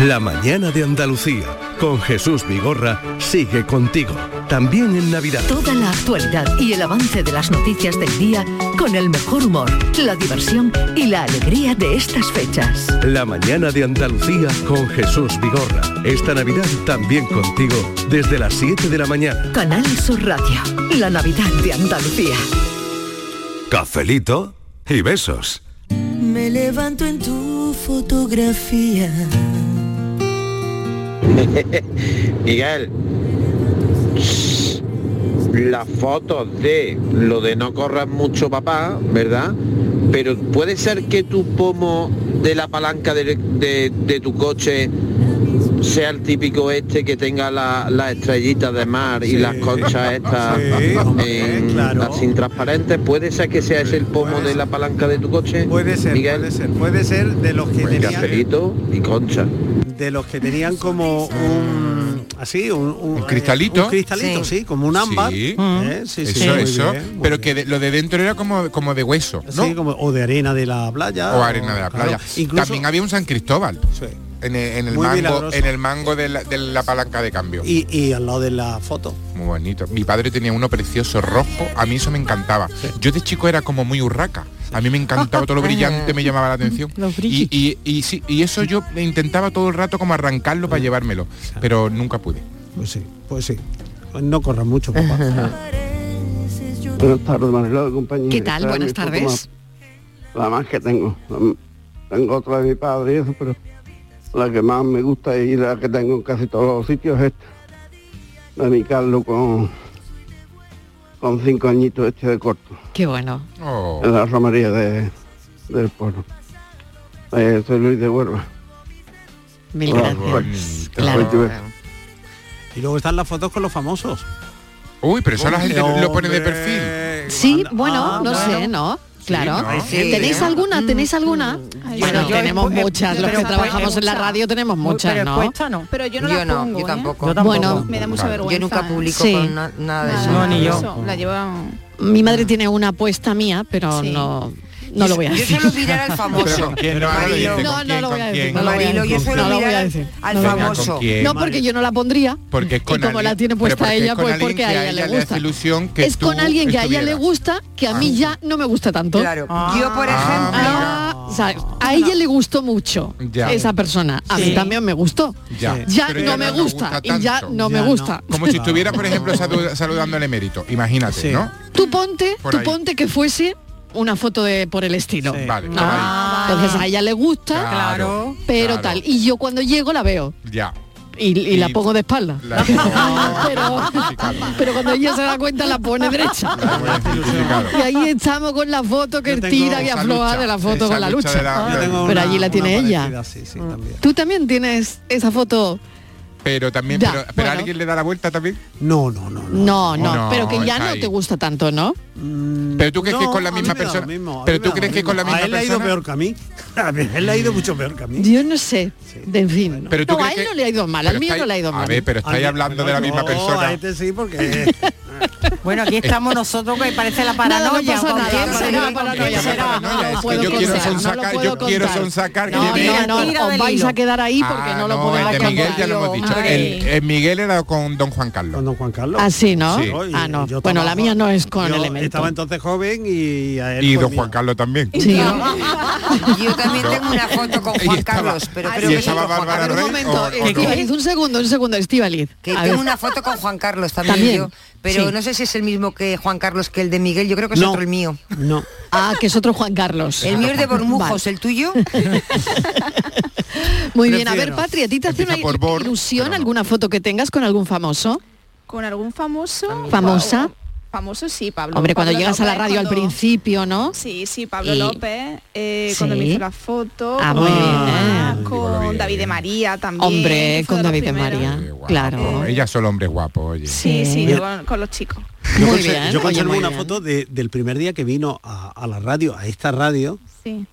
La mañana de Andalucía con Jesús Vigorra sigue contigo, también en Navidad.
Toda la actualidad y el avance de las noticias del día con el mejor humor, la diversión y la alegría de estas fechas.
La mañana de Andalucía con Jesús Vigorra. Esta Navidad también contigo desde las 7 de la mañana.
Canal Sur Radio, la Navidad de Andalucía.
Cafelito y besos.
Me levanto en tu fotografía.
Miguel, las fotos de lo de no corras mucho papá, ¿verdad? Pero puede ser que tu pomo de la palanca de, de- de tu coche sea el típico este que tenga la- las estrellitas de mar y las conchas estas en- sin transparentes. Puede ser que sea ese el pomo de la palanca de tu coche. Puede ser, puede ser,
puede ser de los que tenían-
Cafelito y concha.
de los que tenían como un así un, un-
cristalito.
un cristalito sí. como un ámbar
Sí,
¿eh? Sí, sí,
eso,
muy
eso.
bien, muy
pero que de- lo de dentro era como, como de hueso, ¿no?
Sí, como- o de arena de la playa
o arena de la
claro.
playa.
incluso
También había un San Cristóbal. En el, en el
Muy
mango,
milagroso.
en el mango de la, de la palanca de cambio.
y, y al lado de la foto
Muy bonito. Mi padre tenía uno precioso rojo, a mí eso me encantaba. Yo de chico era como muy urraca. A mí me encantaba todo lo brillante, me llamaba la
[LAUGHS]
atención. Y, y- y sí, y eso yo intentaba todo el rato como arrancarlo para llevármelo, pero nunca pude.
pues sí pues sí Pues no corran
[LAUGHS]
mucho papá
Buenas tardes, Mariló, compañía.
¿Qué tal?
Esta es mi
Buenas
foto
tardes.
más- la más que tengo. La- Tengo otra de mi padre y eso, pero la que más me gusta y la que tengo en casi todos los sitios es esta. La de mi Carlos con, con cinco añitos este de corto.
Qué bueno. Oh.
En la romería de, del pueblo. Eh, soy Luis de Huelva.
Mil
Hola,
gracias.
fuerte.
Claro.
Fuerte beso.
y luego están las fotos con los famosos
uy pero
eso la gente
lo pone de
perfil
Sí, bueno, no sé, ¿no? Claro.
¿no? Ah, Sí. Mm,
¿Tenéis alguna? ¿Tenéis alguna? bueno,
yo
tenemos
he- he-
muchas. Los
pero
que
he-
trabajamos en la
puesta-
radio tenemos muchas,
pero
¿no?
puesta no.
Pero yo no la pongo, ¿eh?
Bueno,
Me da mucha vergüenza.
Yo nunca publico
Sí.
con na- nada de eso.
No, ni yo.
Eso, La llevo
mi madre tiene una apuesta mía, pero no, no lo voy a
Yo
decir.
suelo
[LAUGHS]
mirar al famoso.
No, ahora lo
Marilo.
dice, ¿con
No, no
quién,
lo voy
con
a decir.
quién?
No lo voy a
Marilo, yo
decir,
suelo
no lo voy
mirar
a
al-
decir.
al
No lo voy a
famoso.
decir.
¿Con quién?
No, porque yo no la pondría.
Porque es
Y
con
como
alguien-
la tiene
pero
puesta
porque es
ella,
con
pues
alguien
porque a ella le
hace
gusta.
ilusión que
es con
tú
alguien que a ella le Ah.
estuvieras. Ah.
gusta que a mí ya no me gusta tanto. Claro.
Yo, por ejemplo,
a ella le gustó mucho
Ya.
esa persona. A mí
Sí.
también me gustó.
Ya.
Ya
Pero
no
ya
me
no nos
gusta,
gusta
y ya
tanto.
no me
Ya
gusta.
Como si estuviera, por ejemplo, sadu- saludando al emérito. Imagínate, ¿no?
Tú ponte,
Por
tú
ahí.
ponte que fuese una foto de por el estilo.
Vale,
¿no?
por ahí.
Ah.
Entonces a ella le gusta,
Claro,
pero
claro.
tal. Y yo cuando llego la veo.
Ya.
y, y la pongo de espalda. pero, pero cuando ella se da cuenta
[LAUGHS]
la pone derecha. Y ahí estamos con la foto que tira y
esa
afloja
lucha,
de la foto
esa
con la
lucha
lucha.
de la- Yo tengo
pero
una-
allí la
una
tiene ella. Mm.
parecida, sí, sí, también.
Tú también tienes esa foto.
Pero también,
Ya,
pero, pero
bueno.
alguien le da la vuelta también.
No, no, no.
No, no,
No,
pero que ya
está
no
ahí.
te gusta tanto, ¿no?
Pero tú crees que es
No,
con la
a mí
misma
me da lo
persona.
mismo, a mí
pero
me
tú
da lo
crees que es con la
mismo.
misma
A él le ha ido
persona.
peor que a mí. [LAUGHS] A mí, él le ha ido mucho peor que a mí.
Yo no sé. De en fin.
Pero tú
no, a
crees
él
que-
no le ha ido mal,
pero
al mío
estáis-
no le ha ido mal.
A ver, pero estáis hablando de la misma persona.
sí, porque...
Bueno, aquí estamos nosotros que parece la paranoia.
pasa
¿con
nada,
quién
no pasa
será?
nada,
¿Con
paranoia,
quién será?
paranoia,
No,
es que
no
yo
puedo
quiero
contar,
sonsacar,
no lo
yo
puedo
quiero
contar.
sonsacar que
No,
viene-
no, no,
Tira os
del
vais
hilo.
a quedar ahí porque
Ah,
no lo
no,
podemos
el de Miguel ya lo hemos
contar.
dicho. El, el Miguel era con don Juan Carlos. Con
don Juan Carlos.
Así, ¿no?
Sí.
ah, no. Bueno, la mía no es con
Yo
elemento.
Estaba entonces joven y a él...
Y
pues,
don
mira,
Juan Carlos también.
Sí. [LAUGHS]
Yo también tengo una
[LAUGHS]
foto con Juan Carlos, pero creo
y
que
estaba
con Juan
Bárbara
Carlos.
Rey o- o no.
Estíbaliz, un segundo, un segundo, Estivaliz.
Que tengo una foto con Juan Carlos también,
También,
yo, pero
sí.
no sé si es el mismo que Juan Carlos que el de Miguel, yo creo que es
No.
otro el mío.
No.
Ah, que es otro Juan Carlos.
El mío es de Bormujos, ¿el tuyo?
[LAUGHS] Muy bien, a ver,
Prefiero.
Patria, ¿a ti te hace una
Empieza por Bor,
ilusión alguna foto que tengas con algún famoso?
Con algún famoso.
¿Famosa?
Famoso sí, Pablo.
Hombre, cuando
Pablo
llegas a la
López,
radio al
cuando-
principio, ¿no?
Sí, sí, Pablo
Y-
López, eh, cuando me
Sí.
hizo la foto.
Ah,
con-
muy bien, ¿eh?
Con David de María también.
Hombre,
que fue
con
de los
David de
primeros.
María, claro.
Oh, Ella solo hombre guapo, oye.
Sí, sí,
Bien.
con, con los chicos.
Yo,
Muy
conse-
bien,
yo
oye,
conservo
muy
una
bien.
foto de- del primer día que vino a, a la radio, a esta radio,
Sí.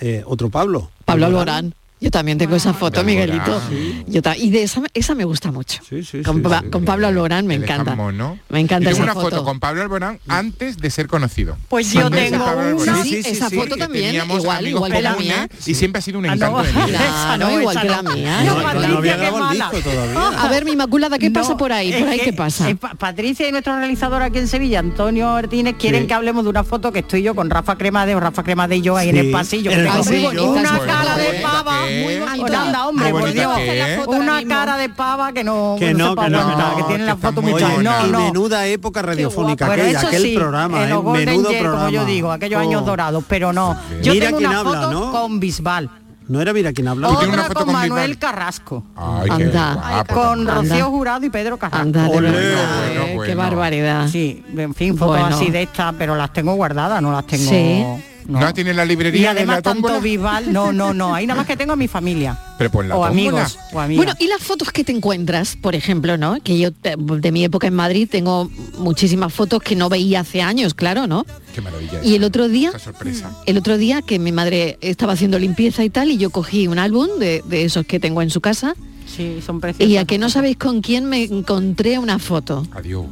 eh, otro Pablo.
Pablo Alborán. Yo también tengo esa foto,
Alborán.
Miguelito.
Sí.
Yo ta- y de esa, esa me gusta mucho. con,
sí,
Pa-
sí.
con Pablo Alborán me
Él es
encanta.
jamón, ¿no?
Me encanta
Yo tengo
esa
una
foto.
foto. con Pablo Alborán antes de ser conocido.
Pues yo
Antes de ser
tengo
Pablo
una.
Alborán.
Sí, sí, esa sí, foto
porque
también,
teníamos
igual,
amigos
igual que la
comunes
mía.
Y siempre ha sido un
Ah,
encanto
no,
de mi vida.
Claro, igual que la mía.
No, yo no había
qué
grabado el
mala.
disco todavía.
Ah,
A ver, mi Inmaculada, ¿qué pasa por ahí?
es
¿Por ahí
que-
qué pasa?
eh, Pa- Patricia y nuestro realizador aquí en Sevilla, Antonio Martínez, quieren que hablemos de una foto que estoy yo con Rafa Cremade o Rafa Cremade y yo ahí en el
Sí,
pasillo.
en el
Tengo
pasillo. Muy bonita
Una
esa
cara
foto.
de pava muy bonita. Anda, hombre,
Muy
por
bonita
Dios.
que es.
Una cara de pava que no
Que
no
no,
se
que
puede
no,
aguantar, que tiene la
está
foto
muy
mucha. No,
buena. Y
no.
menuda época radiofónica
Pero
aquella,
eso
aquel
sí,
programa,
en
eh,
los Golden
menudo
Years,
programa.
como yo digo, aquellos años
Oh.
dorados, pero no. Yo
Mira
tengo
quién
una
habla,
foto
¿no?
con Bisbal.
No era mira quién hablaba.
Otra con Manuel Carrasco.
Ay,
qué
Anda.
guapo.
Con
Anda.
Rocío Jurado y Pedro Carrasco.
Anda, de Olé. verdad,
eh, qué bueno.
barbaridad.
Sí, en fin, fotos
Bueno.
así de estas, pero las tengo guardadas, no las tengo...
Sí. ¿No, la tiene en la
Y
librería de
además
la tómbola?
tanto Bisbal, no, no, no, ahí nada más que tengo a mi familia.
Pero pues en la
o
tómbola.
amigos, o amigas.
Bueno, y las fotos que te encuentras, por ejemplo, ¿no? Que yo te- de mi época en Madrid tengo muchísimas fotos que no veía hace años, claro, ¿no?
Qué maravilla.
Y
esa,
el otro día, mm,
esa sorpresa.
el otro día que mi madre estaba haciendo limpieza y tal, y yo cogí un álbum de, de esos que tengo en su casa.
Sí, son preciosos.
Y a que no sabéis con quién me encontré una foto.
Adiós.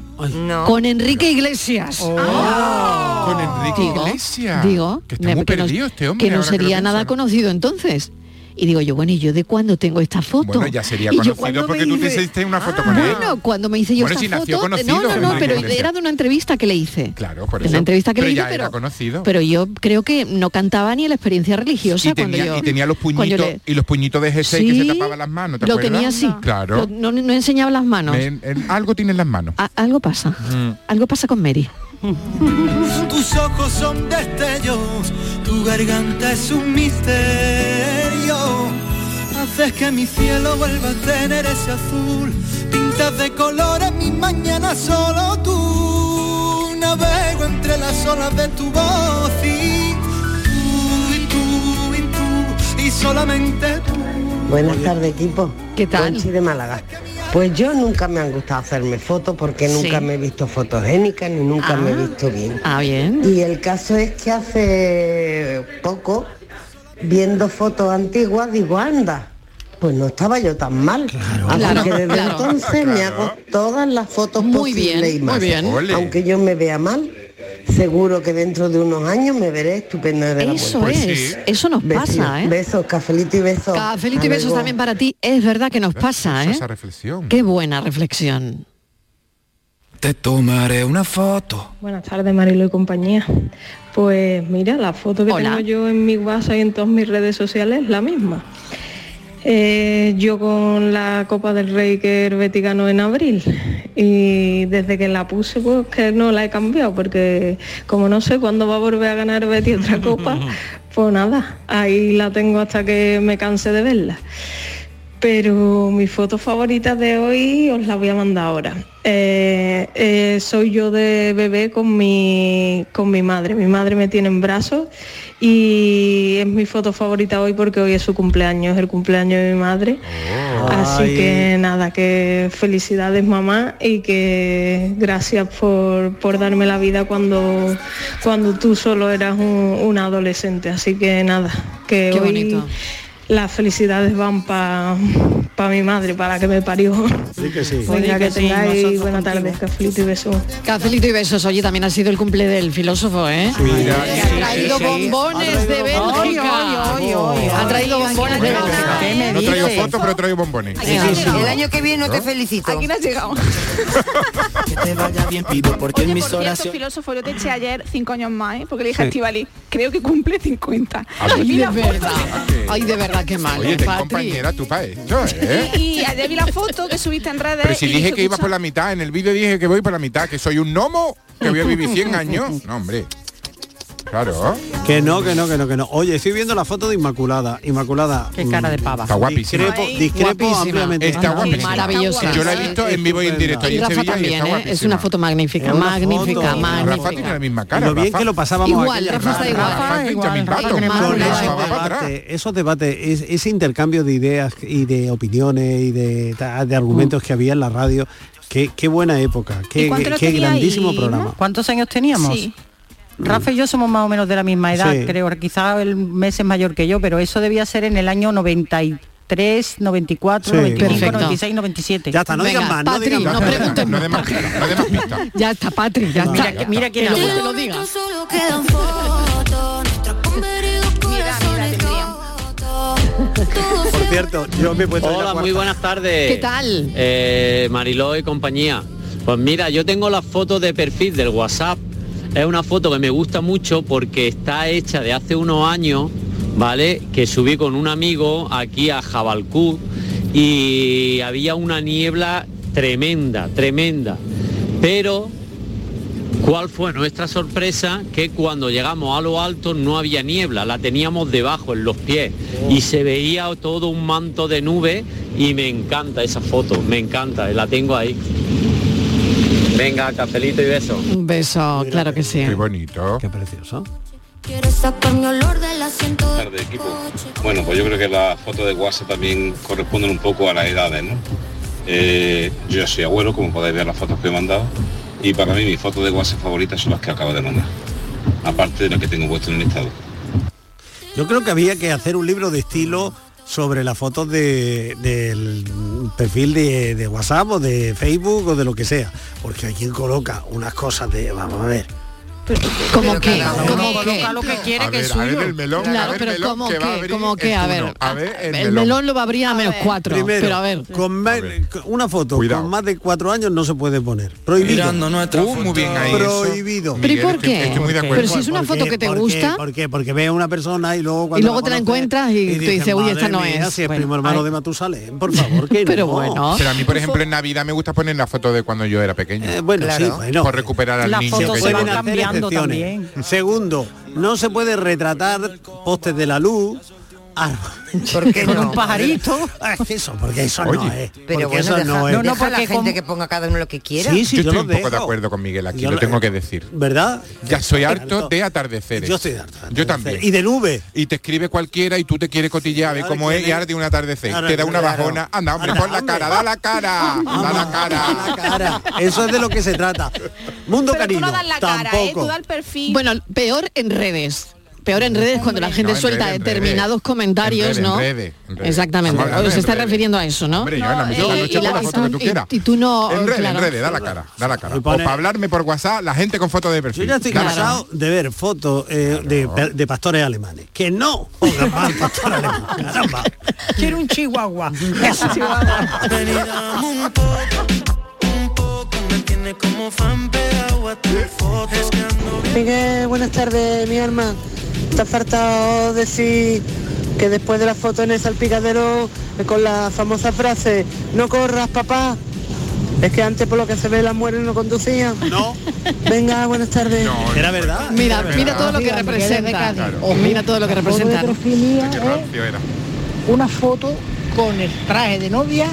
Con Enrique Iglesias.
Ah.
Con Enrique
Digo,
Iglesias.
Digo,
que está
me-
muy
no-
perdido este hombre.
que no
ahora que lo
sería nada conocido entonces. Y digo yo, bueno, ¿y yo de cuándo tengo esta foto?
Bueno, ya sería
Y yo
conocido
cuando
porque
me
tú te
hice-
hiciste una foto con él.
Bueno, cuando me hice yo
Bueno,
esta
sí, nació
foto,
conocido,
no, no, no,
Enrique
pero
Iglesias.
era de una entrevista que le hice.
Claro, por
De
eso.
una entrevista que
Pero
le hice,
ya
pero,
era conocido.
pero yo creo que no cantaba ni la experiencia religiosa
y, tenía,
cuando yo
y tenía los
cuando yo
puñitos
le-
y los puñitos de jersey que
Sí,
se tapaban las manos, ¿te
lo
acuerdas?
tenía así.
Claro.
Lo- no, no enseñaba las manos.
En- en- algo tiene en las manos.
A- algo pasa. Algo pasa con Mary.
Tus ojos son destellos, tu garganta es un misterio. Haces que mi cielo vuelva a tener ese azul. Pintas de colores mi mañana solo tú. Navego entre las olas de tu voz y tú y tú y tú y solamente tú.
Buenas tardes equipo.
¿Qué
tal? de Málaga. Pues yo nunca me han gustado hacerme fotos porque
Sí.
nunca me he visto fotogénica ni nunca me he visto bien.
Ah, bien.
Y el caso es que hace poco, viendo fotos antiguas, digo, anda, pues no estaba yo tan mal. Así
Claro,
que desde
claro.
entonces me hago todas las fotos
Muy
posibles
bien,
y
muy
más.
bien. Ole.
Aunque yo me vea mal, seguro que dentro de unos años me veré estupenda de la
Eso
vuelta.
es, eso nos pasa, ¿eh?
Besos, cafelito y besos.
Cafelito y
Hasta
Ah, besos
luego.
también para ti. Es verdad que nos pasa, ¿eh?
esa
reflexión.
Qué buena reflexión.
Te tomaré una foto.
Buenas tardes, Marilo y compañía. Pues mira, la foto que
Hola.
tengo yo en mi WhatsApp y en todas mis redes sociales es la misma. Eh, yo con la Copa del Rey que el Betis ganó en abril y desde que la puse pues que no la he cambiado porque como no sé cuándo va a volver a ganar el Betis otra copa, pues nada, ahí la tengo hasta que me canse de verla. Pero mi foto favorita de hoy os la voy a mandar ahora. Eh, eh, soy yo de bebé con mi, con mi madre. Mi madre me tiene en brazos y es mi foto favorita hoy porque hoy es su cumpleaños, es el cumpleaños de mi madre. Así
Ay.
que nada, que felicidades mamá y que gracias por, por darme la vida cuando, cuando tú solo eras un, un adolescente. Así que nada, que
Qué
hoy
bonito.
las felicidades van para mi madre, para la que me parió.
Sí que sí.
Venga, Pues que
Sí,
tengáis
nosotros
buena tarde, cafelito y besos.
Cafelito y besos. Oye, también ha sido el cumple del filósofo, ¿eh?
Que ha traído
bombones de Bélgica. Ha traído bombones de Bélgica.
No traigo fotos, pero traigo bombones.
El año que viene no te
¿No?
felicito. Aquí
no has llegado.
Que te vaya bien, pido, porque en mis
Por cierto,
oraciones...
filósofo, yo te eché ayer cinco años más, ¿eh? porque le dije
Sí.
a Estivali, creo que cumple 50.
pues
Y vi
sí.
la
De
foto-
Ay, de verdad, qué mal.
Oye,
¿eh,
ten
Patri?
compañera tu pa' esto, ¿eh?
Y, y ayer vi la foto que subiste en redes.
Pero si
y
dije
dije,
que iba
"Escucha,
por la mitad, en el vídeo dije que voy por la mitad, que soy un gnomo, que voy a vivir 100 años. No, hombre. Claro.
¿Ah? Que no, que no, que no, que no. Oye, estoy viendo la foto de Inmaculada. Inmaculada. mm,
Qué cara de pava.
Está guapísima.
Discrepo, discrepo
guapísima.
ampliamente.
Está guapísima.
Maravillosa.
Yo la he visto en vivo y en directo ahí
Y
en
Rafa
Sevilla y
también,
está
¿eh? Es una
guapísima.
foto magnífica,
Es una foto.
magnífica, magnífica.
Rafa tiene la misma cara.
Lo bien
Rafa.
que lo pasábamos
Igual, Rafa está igual.
Rafa,
igual,
pincha
Rafa tiene
mil
más
patos.
Rafa
va para atrás.
Debate, esos debates, es- ese intercambio de ideas y de opiniones y de, ta- de argumentos que había en la radio, qué, qué buena época,
¿Y
qué,
cuánto
qué-
lo
qué
tenía
grandísimo
ahí,
programa.
no? ¿Cuántos años teníamos?
Sí.
Rafa y yo somos más o menos de la misma edad,
Sí.
creo, quizá el mes es mayor que yo, pero eso debía ser en el año 93, 94,
Sí.
95,
Perfecto.
96, 97.
Ya está, no Venga, digan más, no Patri, digan más. no
[LAUGHS]
pregunten
más.
Ya está, Patri, ya
Mira
está.
que- mira quién
Que
lo
luego
dice.
te lo diga.
Solo quedan fotos, nuestros
[LAUGHS]
convenidos corazones rotos.
Por cierto, yo me he puesto
Hola, muy buenas tardes.
¿Qué tal?
Eh, Mariló y compañía. Pues mira, yo tengo la foto de perfil del WhatsApp. Es una foto que me gusta mucho porque está hecha de hace unos años, ¿vale? Que subí con un amigo aquí a Jabalcú y había una niebla tremenda, tremenda. Pero ¿Cuál fue nuestra sorpresa? Que cuando llegamos a lo alto no había niebla, la teníamos debajo, en los pies, y se veía todo un manto de nube y me encanta esa foto, me encanta, la tengo ahí. Venga, cafelito y beso.
Un beso, claro que sí. Qué
bonito.
Qué precioso.
Quiero sacar mi olor del asiento del
de equipo. Bueno, pues yo creo que las fotos de WhatsApp también corresponden un poco a las edades, ¿no? Eh, yo soy abuelo, como podéis ver las fotos que he mandado, y para mí mis fotos de WhatsApp favoritas son las que acabo de mandar, aparte de las que tengo puesto en el estado.
Yo creo que había que hacer un libro de estilo sobre las fotos de- del perfil de, de WhatsApp o de Facebook o de lo que sea. Porque hay quien coloca unas cosas de, vamos a ver.
¿Cómo
Pero
qué?
cada uno
¿Cómo
coloca
qué?
lo que quiere,
A ver, a ver el melón, a
Claro,
ver
pero
el melón
¿cómo
que va a
qué?
abrir
¿Cómo
el
qué? A
uno.
ver. ah,
A ver el
El
melón.
melón lo va a abrir a menos cuatro.
Primero,
Pero a ver.
con más- con una foto con más de cuatro años no se puede poner. Prohibido.
Mirando nuestra
Uh, muy bien ahí eso.
Prohibido.
Pero ¿y Miguel, por estoy- qué? estoy muy de acuerdo. Pero si es una
¿Por
foto
qué?
que te
¿Por qué?
gusta.
¿Por qué? Porque ve a una persona y luego cuando
Y luego te la encuentras y tú dices, uy, esta
"Madre
no
mía,
es".
Si es
Bueno,
primo hermano
ay.
de Matusalén,
[LAUGHS]
por favor, que no.
Pero a mí, por ejemplo, en Navidad me gusta poner la foto de cuando yo era pequeño.
Eh, bueno, sí, Claro. bueno.
Por recuperar al
Las
niño.
fotos
que
se
yo
van
era.
cambiando también. Segundo, no se puede retratar postes de la luz. Ah, [LAUGHS]
Porque
Con
no?
un pajarito. Eso, porque eso no
Oye.
es.
Pero
porque
bueno,
eso
deja,
no es.
deja a la gente que ponga cada uno lo que quiera.
yo estoy un poco de acuerdo con Miguel aquí,
Yo
lo
lo- eh,
tengo que decir.
¿Verdad?
Ya soy harto de atardeceres.
Yo estoy harto de
Yo también.
Y del V.
Y te escribe cualquiera y tú te quieres cotillear a ver
Claro,
cómo es
¿quién
y
es?
ahora tiene un atardecer.
Ahora,
te da una
claro.
bajona. Anda, hombre, pon la cara, da la cara. Da la cara.
Cara, eso es de lo que se trata. Mundo
tú
canino.
no das la cara, ¿eh?
tampoco.
Tú das- Bueno, peor en redes. Peor en redes cuando la gente
No, en
suelta
redes, en
determinados
redes.
comentarios,
En redes,
¿no?
en redes, en redes.
Exactamente.
Estamos hablando
Se
en
está
redes.
refiriendo a eso, ¿no? eh,
Hombre, Joana, me dice la noche
y
por
la-
la foto que tú
y-
quieras.
y tú no,
En redes,
claro.
en redes, da la cara, da la cara.
Y
O
pone-
para hablarme por WhatsApp, la gente con fotos de perfil.
Yo ya estoy
Da la cara.
cansado de ver fotos eh, de, pe- de pastores alemanes. Que no pongan más pastores alemanes. Caramba.
Quiero un chihuahua.
Ven y dame
[LAUGHS]
un poco, un poco, me tiene como fan pegado a tu
[LAUGHS]
foto. Es que ando
Miguel, buenas tardes, mi alma. Te ha faltado decir que después de la foto en el salpicadero eh, con la famosa frase, no corras, papá. Es que antes por lo que se ve las mujeres no conducían.
No.
Venga, buenas tardes.
Era verdad.
Mira, mira todo lo que
Mira, Miguel de
representa.
Cádiz.
Mira todo lo que
La foto de
representan.
pedofilia es una foto
con el traje de novia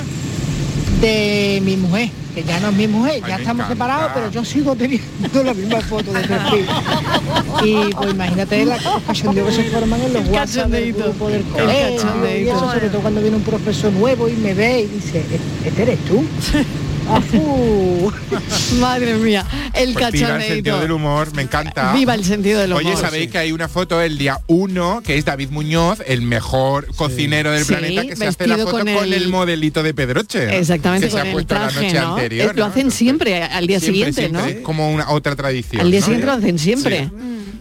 de mi mujer, que ya no es mi mujer, ya estamos separados, pero yo sigo teniendo la misma foto de perfil. Y pues imagínate la cachondeo que se forman en los WhatsApp del grupo del colegio, y eso, sobre todo cuando viene un profesor nuevo y me ve y dice, ¿este eres tú?
Uh, Madre mía, el
Pues viva el sentido del
cachoneito.
humor, me encanta.
Viva el sentido del
Oye,
humor,
sabéis
sí.
que hay una foto el día 1, que es David Muñoz, el mejor cocinero del
Sí,
planeta, que se hace la
vestido
foto
con
con el...
el-
modelito de Pedroche.
Exactamente
¿eh? que se
con
ha
el
puesto la
traje,
noche
¿no?
anterior.
Eh, Lo hacen siempre al día
Siempre,
siguiente,
siempre,
¿no?
Es como una otra tradición.
Al día
¿no?
siguiente lo hacen siempre.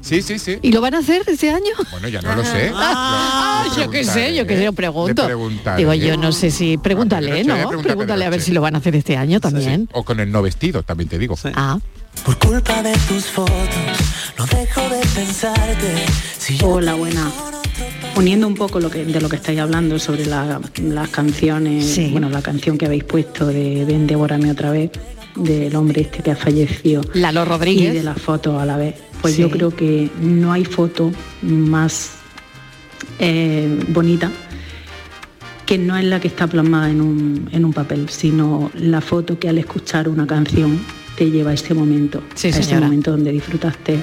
Sí, sí, sí.
¿Y lo van a hacer este año?
Bueno, ya no lo sé.
[LAUGHS] Ah, yo qué sé, yo qué sé, yo pregunto.
Le preguntaré.
Digo, yo no sé si pregúntale,
Pedroche, voy a
¿no?
preguntar a
Pregúntale a ver si lo van a hacer este año también.
O con el no vestido, también te digo.
Ah.
Por culpa de tus fotos, no dejo de pensarte.
Hola, buena. Uniendo un poco lo que, de lo que estáis hablando sobre la- las canciones, bueno, la canción que habéis puesto de Ven, devórame otra vez, del hombre este que ha fallecido.
Lalo Rodríguez.
Y de las fotos a la vez. Pues
Sí.
yo creo que no hay foto más eh, bonita que no es la que está plasmada en un, en un papel, sino la foto que al escuchar una canción te lleva a ese momento,
Sí,
a ese
señora.
momento donde disfrutaste,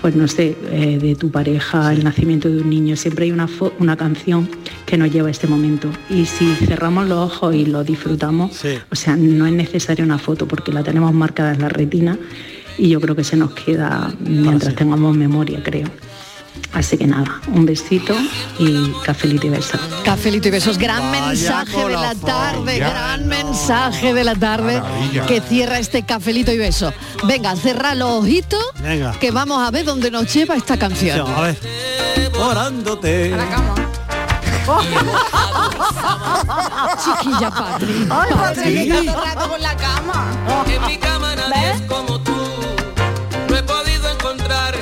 pues no sé, eh, de tu pareja, el nacimiento de un niño. Siempre hay una, fo- una canción que nos lleva a este momento. Y si cerramos los ojos y lo disfrutamos, o sea, no es necesaria una foto porque la tenemos marcada en la retina y yo creo que se nos queda mientras tengamos memoria, creo. Así que nada, un besito y cafelito y beso.
Cafelito y besos, gran
Vaya
mensaje de la
colofón,
tarde,
ya
gran mensaje de la tarde
Maravilla.
que cierra este cafelito y beso. Venga, cerra los ojitos,
Venga.
que vamos a ver dónde nos lleva esta canción.
A ver. Orándote.
Oh.
Chiquilla Patri.
Ay,
Patri.
Patri, que está todo el rato por la cama. En mi cama nadie es como tú. No he podido encontrar